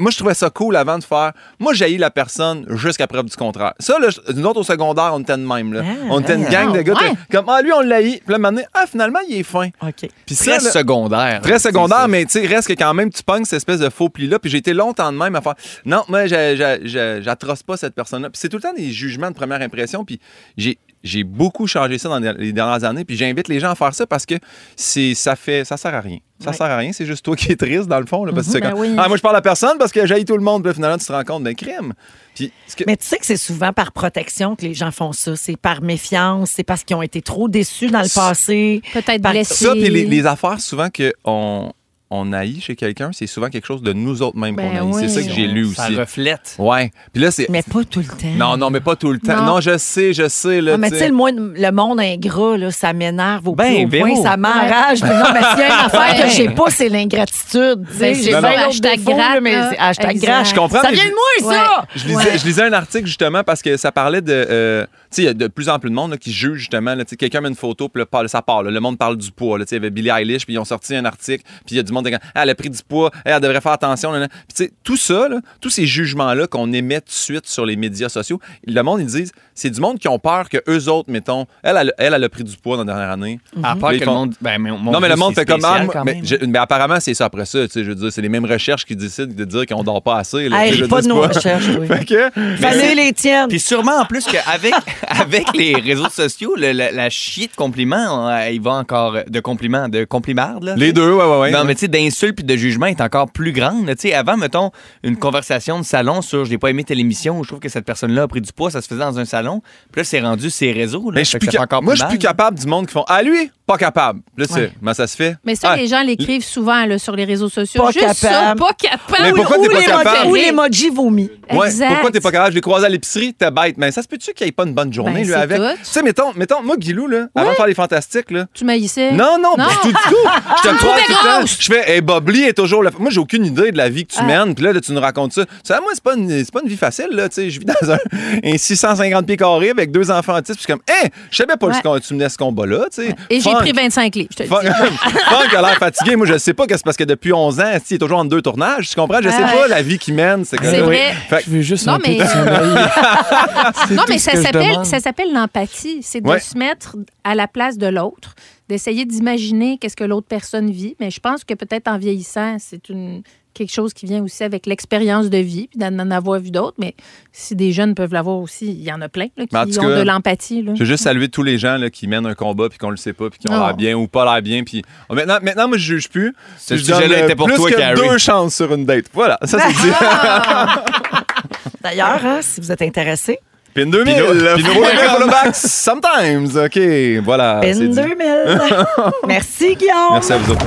Speaker 5: Moi, je trouvais ça cool avant de faire. Moi, j'ai la personne jusqu'à preuve du contraire. Ça, là, nous autres au secondaire, on était de même. Là. on était une
Speaker 18: ah,
Speaker 5: gang de gars.
Speaker 18: ouais.
Speaker 5: t'es Comme, ah, lui, on l'a Puis là, maintenant, ah, finalement, il est fin.
Speaker 1: OK.
Speaker 5: Puis
Speaker 18: Très
Speaker 5: là-
Speaker 18: secondaire.
Speaker 5: Très secondaire, mais tu sais, reste que quand même, tu pognes cette espèce de faux pli-là. Puis j'ai été longtemps de même à faire Non, moi, j'a- j'a- j'a- j'atroce pas cette personne-là. Puis c'est tout le temps des jugements de première impression. Puis j'ai. J'ai beaucoup changé ça dans les dernières années, puis j'invite les gens à faire ça parce que c'est ça fait ça sert à rien. Ça sert à rien, c'est juste toi qui es triste dans le fond là, parce que
Speaker 1: Mhm,
Speaker 5: c'est
Speaker 1: ben
Speaker 5: comme,
Speaker 1: oui.
Speaker 5: ah, moi je parle à personne parce que j'ai tout le monde, puis là, finalement tu te rends compte d'un crime. Puis ce que-
Speaker 1: Mais tu sais que c'est souvent par protection que les gens font ça. C'est par méfiance, c'est parce qu'ils ont été trop déçus dans le passé.
Speaker 3: Peut-être
Speaker 1: par...
Speaker 5: Ça, puis les, les affaires, souvent, qu'on on haït chez quelqu'un, c'est souvent quelque chose de nous autres mêmes
Speaker 1: Ben
Speaker 5: qu'on haït.
Speaker 1: oui.
Speaker 5: C'est ça que j'ai lu
Speaker 1: Ça
Speaker 5: aussi.
Speaker 18: reflète.
Speaker 5: Ouais. Puis là, c'est.
Speaker 1: Mais pas tout le temps.
Speaker 5: Non, non, mais pas tout le temps.
Speaker 1: Non.
Speaker 5: Non, je sais, je sais. Là,
Speaker 1: Ah, mais tu sais, le, moins- le monde ingrat, là, ça m'énerve au plus
Speaker 18: Ben,
Speaker 1: haut
Speaker 5: Véro.
Speaker 1: point, ça m'enrage. Mais Non, mais s'il y a une affaire que
Speaker 5: Ouais.
Speaker 1: j'ai pas, c'est l'ingratitude. tu sais.
Speaker 5: Ben, c'est
Speaker 1: J'ai
Speaker 5: ça.
Speaker 1: bien d'autres
Speaker 5: Hashtag
Speaker 1: défauts, là,
Speaker 3: gratte,
Speaker 1: mais
Speaker 3: là.
Speaker 1: c'est- hashtag
Speaker 3: Exact.
Speaker 1: gratte.
Speaker 5: Je comprends,
Speaker 1: Ça
Speaker 5: mais
Speaker 1: vient
Speaker 5: je-
Speaker 1: de moi, ça!
Speaker 5: Je lisais, je lisais un article justement parce que ça parlait de. euh, tu sais, il y a de plus en plus de monde là, qui juge justement. là, tu sais, Quelqu'un met une photo, puis là, parle- ça part. là, le monde parle du poids. là, tu sais, il y avait Billie Eilish, puis ils ont sorti un article, puis il y a du monde qui dit Ah, Elle a pris du poids, elle, elle devrait faire attention. là, là. Puis tu sais, tout ça, là, tous ces jugements-là qu'on émet tout de suite sur les médias sociaux, le monde, ils disent c'est du monde qui ont peur que eux autres, mettons, elle, elle, elle, elle a pris du poids dans la dernière année.
Speaker 18: À part
Speaker 5: Là, ils
Speaker 18: que le
Speaker 5: font-
Speaker 18: monde- ben, mon- mon
Speaker 5: non, mais le
Speaker 18: Dieu,
Speaker 5: monde
Speaker 18: c'est
Speaker 5: fait comme
Speaker 18: spécial
Speaker 5: Ah, moi-
Speaker 18: quand
Speaker 5: mais
Speaker 18: même.
Speaker 5: je- mais apparemment, c'est ça après ça. tu sais, Je veux dire, c'est les mêmes recherches qui décident de dire qu'on dort pas assez. là,
Speaker 1: Hey,
Speaker 5: tu sais, je
Speaker 1: pas
Speaker 5: veux
Speaker 1: de
Speaker 5: dire,
Speaker 1: nos
Speaker 5: c'est
Speaker 1: recherches, oui.
Speaker 5: Fait que-
Speaker 1: Fallait les tiennes.
Speaker 18: Puis sûrement en plus qu'avec avec les réseaux sociaux, le- la, la chier de compliments, euh, il va encore de compliments, de complimardes. Là,
Speaker 5: Les deux, ouais, ouais, ouais.
Speaker 18: Non, mais tu sais, d'insultes puis de jugements est encore plus grande. là. Tu sais, avant, mettons, une conversation de salon sur j'ai pas aimé telle émission ou je trouve que cette personne-là a pris du poids, ça se faisait dans un salon. Puis là, c'est rendu ses réseaux. Là,
Speaker 5: Mais je suis
Speaker 18: Fait que
Speaker 5: plus
Speaker 18: ça fait
Speaker 5: ca-
Speaker 18: encore
Speaker 5: Moi,
Speaker 18: plus
Speaker 5: je suis plus
Speaker 18: mal.
Speaker 5: capable du monde qui font Ah, lui, pas capable. Là, c'est
Speaker 18: Ouais.
Speaker 5: comment ça se fait?
Speaker 3: Mais ça,
Speaker 5: Ah,
Speaker 3: les gens l'écrivent souvent là, sur les réseaux sociaux.
Speaker 1: Pas
Speaker 3: Juste ça,
Speaker 1: capable.
Speaker 3: pas capable.
Speaker 5: Mais pourquoi
Speaker 3: Ou-
Speaker 5: t'es
Speaker 3: ou
Speaker 5: pas
Speaker 3: les
Speaker 5: capable?
Speaker 3: modérés.
Speaker 1: Ou l'emoji vomi.
Speaker 5: Ouais,
Speaker 3: Exact.
Speaker 5: pourquoi t'es pas capable? Je l'ai croisé à l'épicerie, t'es bête. Mais ça se peut-tu qu'il ait pas une bonne journée,
Speaker 3: Ben,
Speaker 5: lui,
Speaker 3: c'est
Speaker 5: avec?
Speaker 3: tout.
Speaker 5: Tu sais, mettons, mettons, moi, Guilou, là, avant de faire les fantastiques, là.
Speaker 3: Tu m'haïssais.
Speaker 5: Non, non, pas du tout, du tout. Je
Speaker 3: Ah,
Speaker 5: te crois
Speaker 3: t'es
Speaker 5: tout le temps.
Speaker 3: grosse.
Speaker 5: Je fais, hey, Bob Lee est toujours là. Moi, j'ai aucune idée de la vie que tu
Speaker 3: Ah.
Speaker 5: mènes. Puis là, là, tu nous racontes ça. Tu sais, moi, c'est pas, une, c'est pas une vie facile, là. Tu sais, je vis dans un, un 650 pieds carrés avec deux enfants autistes. Puis je suis comme, hé, je savais pas
Speaker 3: Ouais.
Speaker 5: ce qu'on- tu menais ce combat-là, tu sais.
Speaker 3: Et j'ai
Speaker 5: Funk.
Speaker 3: pris 25 livres, je te le
Speaker 5: Funk,
Speaker 3: dis.
Speaker 5: Funk a l'air fatigué. Moi, je sais pas que c'est parce que depuis 11 ans, il est toujours en deux tournages. Tu comprends? Je sais
Speaker 3: Ah Ouais.
Speaker 5: pas la vie qu'il mène. C'est
Speaker 3: C'est vrai.
Speaker 5: Je veux juste
Speaker 3: Non, un peu mais- de sommeil. non, mais
Speaker 5: tout ce
Speaker 3: ça
Speaker 5: que je
Speaker 3: s'appelle,
Speaker 5: demande.
Speaker 3: ça s'appelle l'empathie. C'est de
Speaker 5: Ouais.
Speaker 3: se mettre à la place de l'autre, d'essayer d'imaginer qu'est-ce que l'autre personne vit. Mais je pense que peut-être en vieillissant, c'est une quelque chose qui vient aussi avec l'expérience de vie, puis d'en avoir vu d'autres. Mais si des jeunes peuvent l'avoir aussi, il y en a plein là, qui
Speaker 5: Mais en
Speaker 3: ont
Speaker 5: tout cas,
Speaker 3: de l'empathie. là. Oh.
Speaker 5: Je veux juste saluer tous les gens là, qui mènent un combat puis qu'on le sait pas puis qui ont
Speaker 3: Non.
Speaker 5: l'air bien ou pas l'air bien. Puis Oh, maintenant, maintenant, moi, je juge plus.
Speaker 18: Ce
Speaker 5: Je donne,
Speaker 18: sujet-là
Speaker 5: euh,
Speaker 18: était pour
Speaker 5: plus
Speaker 18: toi,
Speaker 5: que
Speaker 18: Carrie.
Speaker 5: deux chances sur une date. Voilà, ça c'est dit.
Speaker 1: D'ailleurs, hein, si vous êtes intéressé,
Speaker 5: Pin 2000. Pin
Speaker 18: Pin
Speaker 5: 2000
Speaker 18: 2000.
Speaker 5: for the back sometimes. OK, voilà.
Speaker 1: Pin
Speaker 5: c'est dit.
Speaker 1: 2000. Merci, Guillaume.
Speaker 5: Merci à vous autres.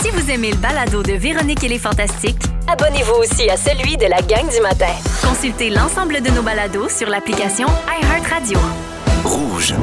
Speaker 7: Si vous aimez le balado de Véronique et les Fantastiques,
Speaker 6: Abonnez-vous aussi à celui de la gang du matin.
Speaker 7: consultez l'ensemble de nos balados sur l'application iHeartRadio.
Speaker 1: Rouge.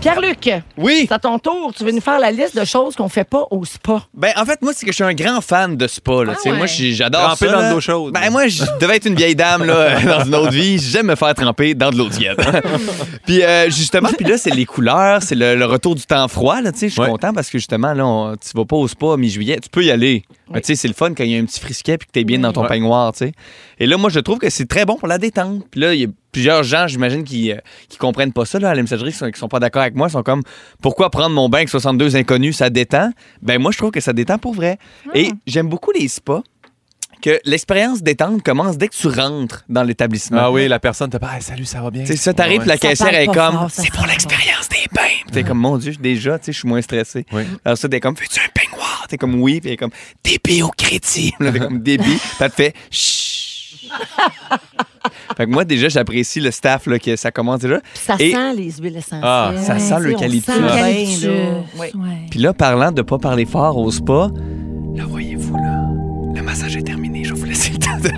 Speaker 1: Pierre-Luc. Oui. C'est à ton tour. Tu veux nous faire la liste de choses qu'on fait pas au spa.
Speaker 18: Ben, en fait, moi, c'est que je suis un grand fan de spa. Là, tu sais. Moi, j'ai- j'adore
Speaker 5: Tremper
Speaker 18: ça.
Speaker 5: dans
Speaker 18: là.
Speaker 5: de l'eau chaude.
Speaker 18: Ben, moi, je devais être une vieille dame là, dans une autre vie. J'aime me faire tremper dans de l'eau tiède. puis, euh, justement, puis là, c'est les couleurs, c'est le, le retour du temps froid. Là, tu sais. je suis content parce que, justement, là, on- tu vas pas au spa mi-juillet. Tu peux y aller. Mais tu sais, c'est le fun quand il y a un petit frisquet puis que t'es bien dans ton
Speaker 5: Ouais.
Speaker 18: peignoir. tu sais. Et là, moi, je trouve que c'est très bon pour la détente. Puis là, il y a plusieurs gens, j'imagine, qui, euh, qui comprennent pas ça là, à la messagerie, qui sont, qui sont pas d'accord avec moi, sont comme pourquoi prendre mon bain avec 62 inconnus, ça détend. Ben moi, je trouve que ça détend pour vrai. Et j'aime beaucoup les spas. Que l'expérience détente commence dès que tu rentres dans l'établissement.
Speaker 5: Ah oui, la personne te parle ah, Salut, ça va bien.
Speaker 18: C'est ça, t'arrives,
Speaker 5: Ouais.
Speaker 18: la caissière est comme. C'est
Speaker 5: pour
Speaker 18: l'expérience des bains. T'es comme, mon Dieu, déjà, tu sais, je suis moins stressé. Alors ça, t'es comme, fais-tu un peignoir? T'es comme, oui. Puis elle est comme, débit au crédit. Là, T'es comme, débit. Puis elle te fait, chut. Fait que moi, déjà, j'apprécie le staff, là, que ça commence déjà.
Speaker 1: Ça
Speaker 18: Et-
Speaker 1: sent les huiles essentielles.
Speaker 18: Ah, ça sent
Speaker 1: Tu sais,
Speaker 18: l'eucalyptus.
Speaker 1: on
Speaker 5: Ah.
Speaker 1: sent
Speaker 18: L'eucalyptus,
Speaker 1: bien, là. Oui.
Speaker 18: Puis là, parlant de pas parler fort au spa,
Speaker 15: Le massage est terminé, je vais vous laisser le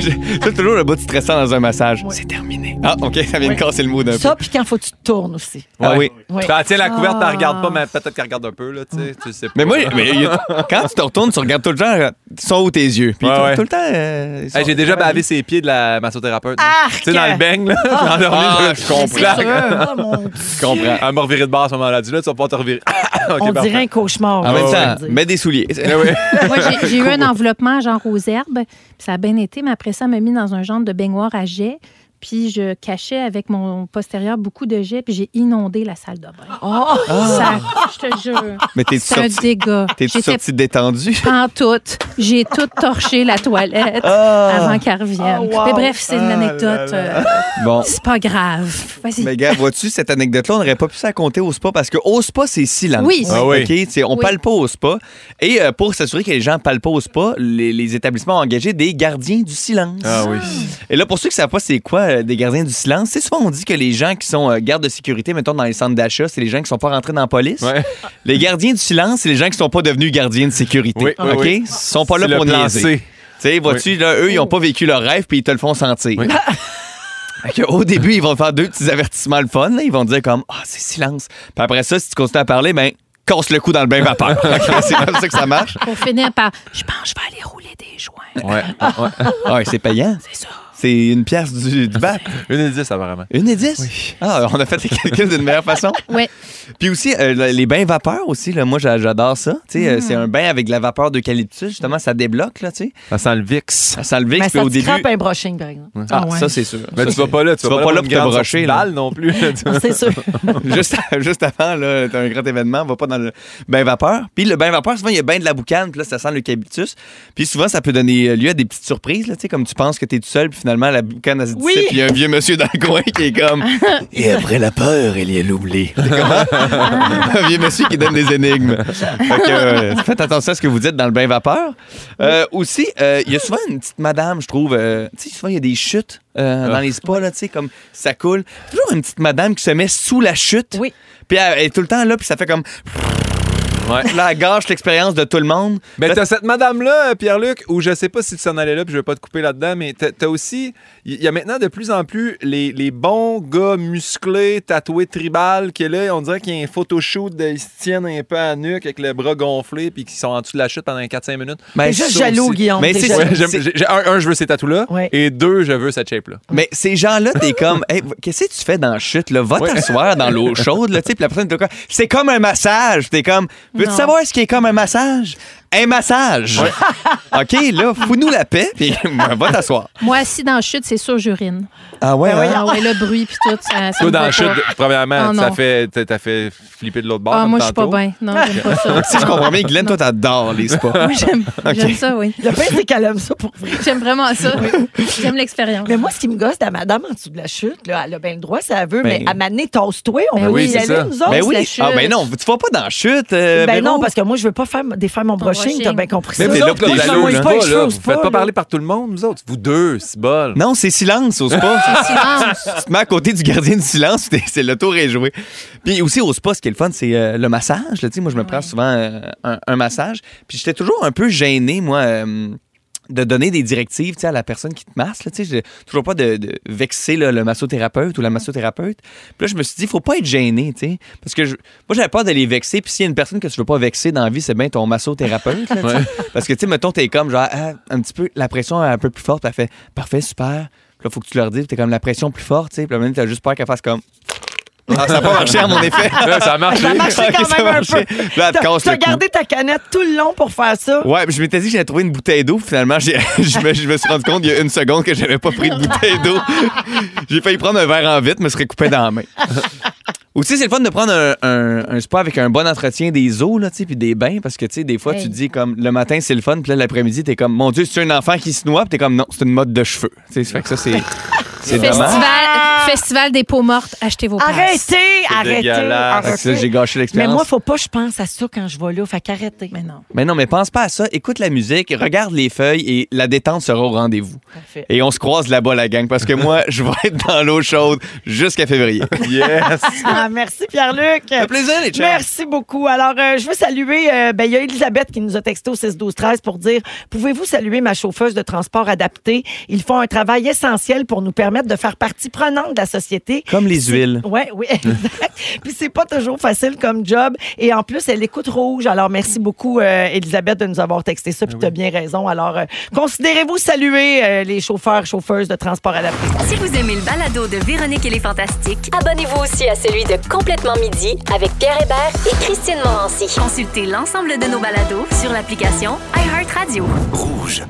Speaker 18: j'ai j'ai toujours le bout de stressant dans un massage. C'est terminé. Ah, OK, ça vient de
Speaker 1: Oui.
Speaker 18: casser le mood un peu.
Speaker 1: Ça, puis quand faut que tu te tournes aussi.
Speaker 18: Ah oui.
Speaker 1: Oui.
Speaker 5: Fait, tiens, la couverte,
Speaker 3: Ah.
Speaker 5: elle regarde pas, mais peut-être qu'elle regarde un peu, là, tu sais, tu sais pas.
Speaker 18: Mais moi, mais il y a- quand tu te retournes, tu regardes tout le temps, euh, sont où tes yeux? Puis
Speaker 5: Ouais,
Speaker 18: tout,
Speaker 5: ouais.
Speaker 18: tout le temps. euh, ils sont-
Speaker 5: Hey, j'ai déjà bavé ses pieds de la massothérapeute.
Speaker 18: Arc!
Speaker 5: Tu sais, dans le beigne, là.
Speaker 18: Ah!
Speaker 5: J'ai endormi
Speaker 18: Ah,
Speaker 5: là,
Speaker 18: je
Speaker 5: je
Speaker 18: comprends. C'est sûr.
Speaker 5: comprends.
Speaker 18: Ah, mon
Speaker 5: Je comprends. Elle m'a reviré de base à ce moment-là. Dis là, tu vas pas te revirer. Ok,
Speaker 1: On
Speaker 5: parfait.
Speaker 1: dirait un cauchemar.
Speaker 18: En
Speaker 5: Ah,
Speaker 18: même
Speaker 5: ouais,
Speaker 18: temps, mets des souliers.
Speaker 3: Moi, j'ai- j'ai eu un enveloppement genre aux herbes, puis ça a bien été, mais après ça, elle m'a mis dans un genre de baignoire à jet, puis je cachais avec mon postérieur beaucoup de jet, puis j'ai inondé la salle de bain.
Speaker 1: Oh!
Speaker 5: Ah!
Speaker 3: Ça, je te jure.
Speaker 18: Mais t'es
Speaker 3: Ah, C'est un
Speaker 18: sorti-
Speaker 3: dégât.
Speaker 18: T'es-tu
Speaker 3: J'étais
Speaker 18: sorti détendu?
Speaker 3: En tout, j'ai tout torché la toilette
Speaker 18: Ah!
Speaker 3: avant qu'elle revienne.
Speaker 9: Oh, wow.
Speaker 3: Mais bref, c'est une
Speaker 9: Ah,
Speaker 3: anecdote. euh,
Speaker 18: Bon.
Speaker 3: C'est pas grave. Vas-y.
Speaker 18: Mais gars, vois-tu, cette anecdote-là, on n'aurait pas pu ça compter au spa parce que au spa, c'est silence.
Speaker 3: Oui. Ah oui.
Speaker 18: OK? Tu sais, on
Speaker 3: Oui.
Speaker 18: parle pas au spa. Et euh, pour s'assurer que les gens parlent pas au spa, les, les établissements ont engagé des gardiens du silence.
Speaker 5: Ah oui.
Speaker 18: Et là, pour ceux qui savent pas c'est quoi euh, des gardiens du silence, c'est souvent on dit que les gens qui sont euh, gardes de sécurité, mettons dans les centres d'achat, c'est les gens qui sont pas rentrés dans la police. Les gardiens du silence, c'est les gens qui sont pas devenus gardiens de sécurité.
Speaker 5: Oui, oui,
Speaker 18: OK?
Speaker 5: oui.
Speaker 18: Ils sont pas là
Speaker 5: C'est
Speaker 18: pour
Speaker 5: le plan
Speaker 18: niaiser.
Speaker 5: C.
Speaker 18: Tu sais, vois-tu, là, eux, ils ont pas vécu leur rêve puis ils te le font sentir. Fait que Au début, ils vont faire deux petits avertissements le fun. là. Ils vont dire comme Ah, c'est silence. Puis après ça, si tu continues à parler, ben, casse le cou dans le bain vapeur. OK? c'est comme ça que ça marche.
Speaker 3: Pour finir par, je pense que je vais aller rouler des joints.
Speaker 18: Ouais. Ah, ouais. Ah, ouais, c'est payant. C'est ça. C'est une pièce du, du bac.
Speaker 5: Une et dix, apparemment.
Speaker 18: Une et dix? Ah, on a fait les calculs d'une meilleure façon.
Speaker 3: Ouais.
Speaker 18: Puis aussi, euh, les bains vapeurs aussi, là, moi, j'a- j'adore ça. Tu sais, euh,
Speaker 5: Mm.
Speaker 18: C'est un bain avec de la vapeur d'eucalyptus, justement, ça débloque, là, tu sais.
Speaker 5: Ça sent le VIX. Ça
Speaker 18: sent le VIX,
Speaker 1: Mais
Speaker 18: puis
Speaker 1: Ben, ça
Speaker 18: au
Speaker 1: te
Speaker 18: début...
Speaker 1: crappe un brushing, par exemple.
Speaker 18: Ah, ça, c'est sûr.
Speaker 5: Mais Ben, tu vas pas là, tu vas pas là
Speaker 18: là
Speaker 5: pour
Speaker 18: pour
Speaker 5: une
Speaker 18: te
Speaker 5: grande sortie
Speaker 18: brocher.
Speaker 5: de
Speaker 18: là.
Speaker 5: balle non plus.
Speaker 1: Non, c'est sûr.
Speaker 18: juste, juste avant, là, t'as un grand événement, va pas dans le bain vapeur. Puis le bain vapeur, souvent, il y a bien de la boucane, puis là, ça sent l'eucalyptus. Puis souvent, ça peut donner lieu à des petites surprises, là, tu sais, comme tu penses que t'es tout seul, puis finalement, la boucane, elle se dissipe,
Speaker 15: Oui.
Speaker 18: puis il y a un vieux monsieur dans le coin qui est comme. Et après la peur, il y a l'oubli. T'es comme, Ah. un vieux monsieur qui donne des énigmes. Fait que, euh, faites attention à ce que vous dites dans le bain vapeur. Euh, aussi, euh, il y a souvent une petite madame, je trouve. euh, tu sais, souvent, il y a des chutes euh,
Speaker 5: Ah.
Speaker 18: dans les spas, là, tu sais, comme ça coule. Toujours une petite madame qui se met sous la chute. Oui. Puis elle, elle est tout le temps là, puis ça fait comme. Là, elle gâche l'expérience de tout le monde.
Speaker 5: Mais Ben, t'as cette madame-là, euh, Pierre-Luc, où je sais pas si tu s'en allais là, puis je vais pas te couper là-dedans, mais t'as t'as aussi. Il y a maintenant de plus en plus les, les bons gars musclés, tatoués tribal, qui est là, on dirait qu'il y a un photoshoot, de- ils se tiennent un peu à nuque avec le bras gonflé, puis qu'ils sont en dessous de la chute pendant 4-5 minutes. Ben,
Speaker 18: Mais T'es juste ça jaloux, aussi. Guillaume,
Speaker 5: Mais
Speaker 18: t'es
Speaker 5: c'est
Speaker 18: jaloux.
Speaker 5: ouais, j'aime- j'ai- j'ai- un, un, je veux ces tatous-là, et deux, je veux cette shape-là.
Speaker 18: Mais ces gens-là, t'es comme, Hey, qu'est-ce que tu fais dans la chute, là? Va t'asseoir dans l'eau chaude, là, tu sais. Puis la personne, t'es comme, c'est comme un massage. T'es comme, veux-tu
Speaker 5: Non.
Speaker 18: savoir ce qui est comme un massage? Un massage. OK, là, fous-nous la paix, puis va t'asseoir.
Speaker 3: Moi, assis dans la chute, c'est sûr, j'urine.
Speaker 18: Ah ouais, hein?
Speaker 3: Ah ouais, le bruit, puis tout, ça. ça
Speaker 5: Toi,
Speaker 3: me
Speaker 5: dans
Speaker 3: fait
Speaker 5: la chute,
Speaker 3: peur.
Speaker 5: premièrement,
Speaker 3: Ah,
Speaker 5: ça
Speaker 3: non.
Speaker 5: fait, t'as t'as fait flipper de l'autre bord.
Speaker 3: Ah,
Speaker 5: comme
Speaker 3: moi, je suis pas
Speaker 5: tantôt.
Speaker 3: bien. Non, j'aime pas ça.
Speaker 18: si je comprends bien, Glenn, toi, t'adores les spas.
Speaker 3: Moi, j'aime
Speaker 18: OK.
Speaker 3: j'aime ça, oui.
Speaker 1: Le pire, c'est qu'elle aime ça pour vrai.
Speaker 3: J'aime vraiment ça. J'aime l'expérience.
Speaker 1: Mais moi, ce qui me gosse de la madame en dessous de la chute, là, elle a bien le droit, si elle veut, mais
Speaker 18: Ben-
Speaker 1: à m'amener, tosse-toi, on
Speaker 18: Ben
Speaker 1: peut
Speaker 18: oui,
Speaker 1: y
Speaker 18: c'est
Speaker 1: aller,
Speaker 18: ça.
Speaker 1: nous autres,
Speaker 18: Ben oui.
Speaker 1: la chute.
Speaker 18: Ah, ben non, tu vas pas dans la chute. euh,
Speaker 1: ben
Speaker 18: Véro.
Speaker 1: non, parce que moi, je veux pas faire, défaire mon brushing, t'as bien compris ça.
Speaker 5: Mais
Speaker 1: Nous
Speaker 5: là,
Speaker 1: autres,
Speaker 5: vous
Speaker 1: là,
Speaker 5: allez
Speaker 1: moi,
Speaker 5: au
Speaker 1: je
Speaker 5: spa,
Speaker 1: pas les
Speaker 5: là,
Speaker 1: cheveux au
Speaker 5: vous
Speaker 1: spa,
Speaker 5: faites pas
Speaker 1: là.
Speaker 5: parler par tout le monde, vous autres. Vous deux, c'est bol.
Speaker 18: Non, c'est silence au spa.
Speaker 5: C'est silence.
Speaker 18: Tu te mets à côté du gardien du silence, t'es- c'est le tour est joué. Puis aussi au spa, ce qui est le fun, c'est euh, le massage. là. Tu sais, moi, je me prends souvent euh, un, un massage. Puis j'étais toujours un peu gêné, moi. euh, de donner des directives tu sais, à la personne qui te masse. Là, tu sais, j'ai toujours pas de, de vexer là, le massothérapeute ou la massothérapeute. Puis là, je me suis dit, faut pas être gêné. tu sais, Parce que je- moi, j'avais peur de les vexer. Puis s'il y a une personne que tu veux pas vexer dans la vie, c'est bien ton massothérapeute. là, tu sais.
Speaker 5: Ouais.
Speaker 18: Parce que, tu sais, mettons, t'es comme, genre, ah, un petit peu, la pression est un peu plus forte, elle fait, parfait, super. Puis là, faut que tu leur dises, t'es comme la pression plus forte, tu sais. Puis là, même, t'as juste peur qu'elle fasse comme. Ah, ça n'a pas marché à mon effet.
Speaker 5: Là, ça a marché.
Speaker 1: Ça a marché quand
Speaker 18: Ok, ça a
Speaker 1: même un
Speaker 18: marché.
Speaker 1: peu.
Speaker 18: Là, elle te
Speaker 1: T'as-
Speaker 18: casse
Speaker 1: T'as
Speaker 18: le cou.
Speaker 1: gardé ta canette tout le long pour faire ça.
Speaker 18: Ouais, mais je m'étais dit que j'allais trouver une bouteille d'eau. Finalement, j'ai- je me, je me suis rendu compte il y a une seconde que j'avais pas pris de bouteille d'eau. J'ai failli prendre un verre en vite, me serait coupé dans la main. Aussi, c'est le fun de prendre un, un- un spa avec un bon entretien des eaux, là, tu sais, puis des bains, parce que, tu sais, des fois,
Speaker 3: Hey.
Speaker 18: tu dis comme le matin, c'est le fun, puis là, l'après-midi, t'es comme, mon Dieu, c'est un enfant qui se noie, puis t'es comme, non, c'est une mode de cheveux. Tu sais, ça fait que ça, c'est. C'est dommage.
Speaker 3: Festival,
Speaker 19: Festival des peaux mortes, achetez vos places.
Speaker 1: Arrêtez, arrêtez.
Speaker 18: dégueulasse. Fait que ça, j'ai gâché l'expérience.
Speaker 1: Mais moi, faut pas que je pense à ça quand je vais là. Fait qu'arrêtez. Mais non.
Speaker 18: Mais non, mais pense pas à ça. Écoute la musique, regarde les feuilles et la détente sera au rendez-vous. Et on se croise là-bas, la gang, parce que moi, je vais être dans l'eau chaude jusqu'à février. Yes!
Speaker 1: Ah, merci Pierre-Luc.
Speaker 18: fait plaisir, les chums.
Speaker 1: Merci beaucoup. Alors, euh, je veux saluer, euh, ben, il y a Elisabeth qui nous a texté au 6-12-13 pour dire Pouvez-vous saluer ma chauffeuse de transport adapté Ils font un travail essentiel pour nous permettre de faire partie prenante de la société.
Speaker 18: Comme les huiles.
Speaker 1: Oui, oui, exact. Puis c'est pas toujours facile comme job. Et en plus, elle écoute rouge. Alors, merci beaucoup, euh, Elisabeth, de nous avoir texté
Speaker 18: Ben
Speaker 1: ça. Puis tu as bien raison. Alors, euh, considérez-vous saluer euh, les chauffeurs, chauffeuses de transport adapté.
Speaker 7: Si vous aimez le balado de Véronique et les Fantastiques, abonnez-vous aussi à celui de Complètement Midi avec Pierre Hébert et Christine Morancy. Consultez l'ensemble de nos balados sur l'application iHeartRadio.
Speaker 14: Rouge.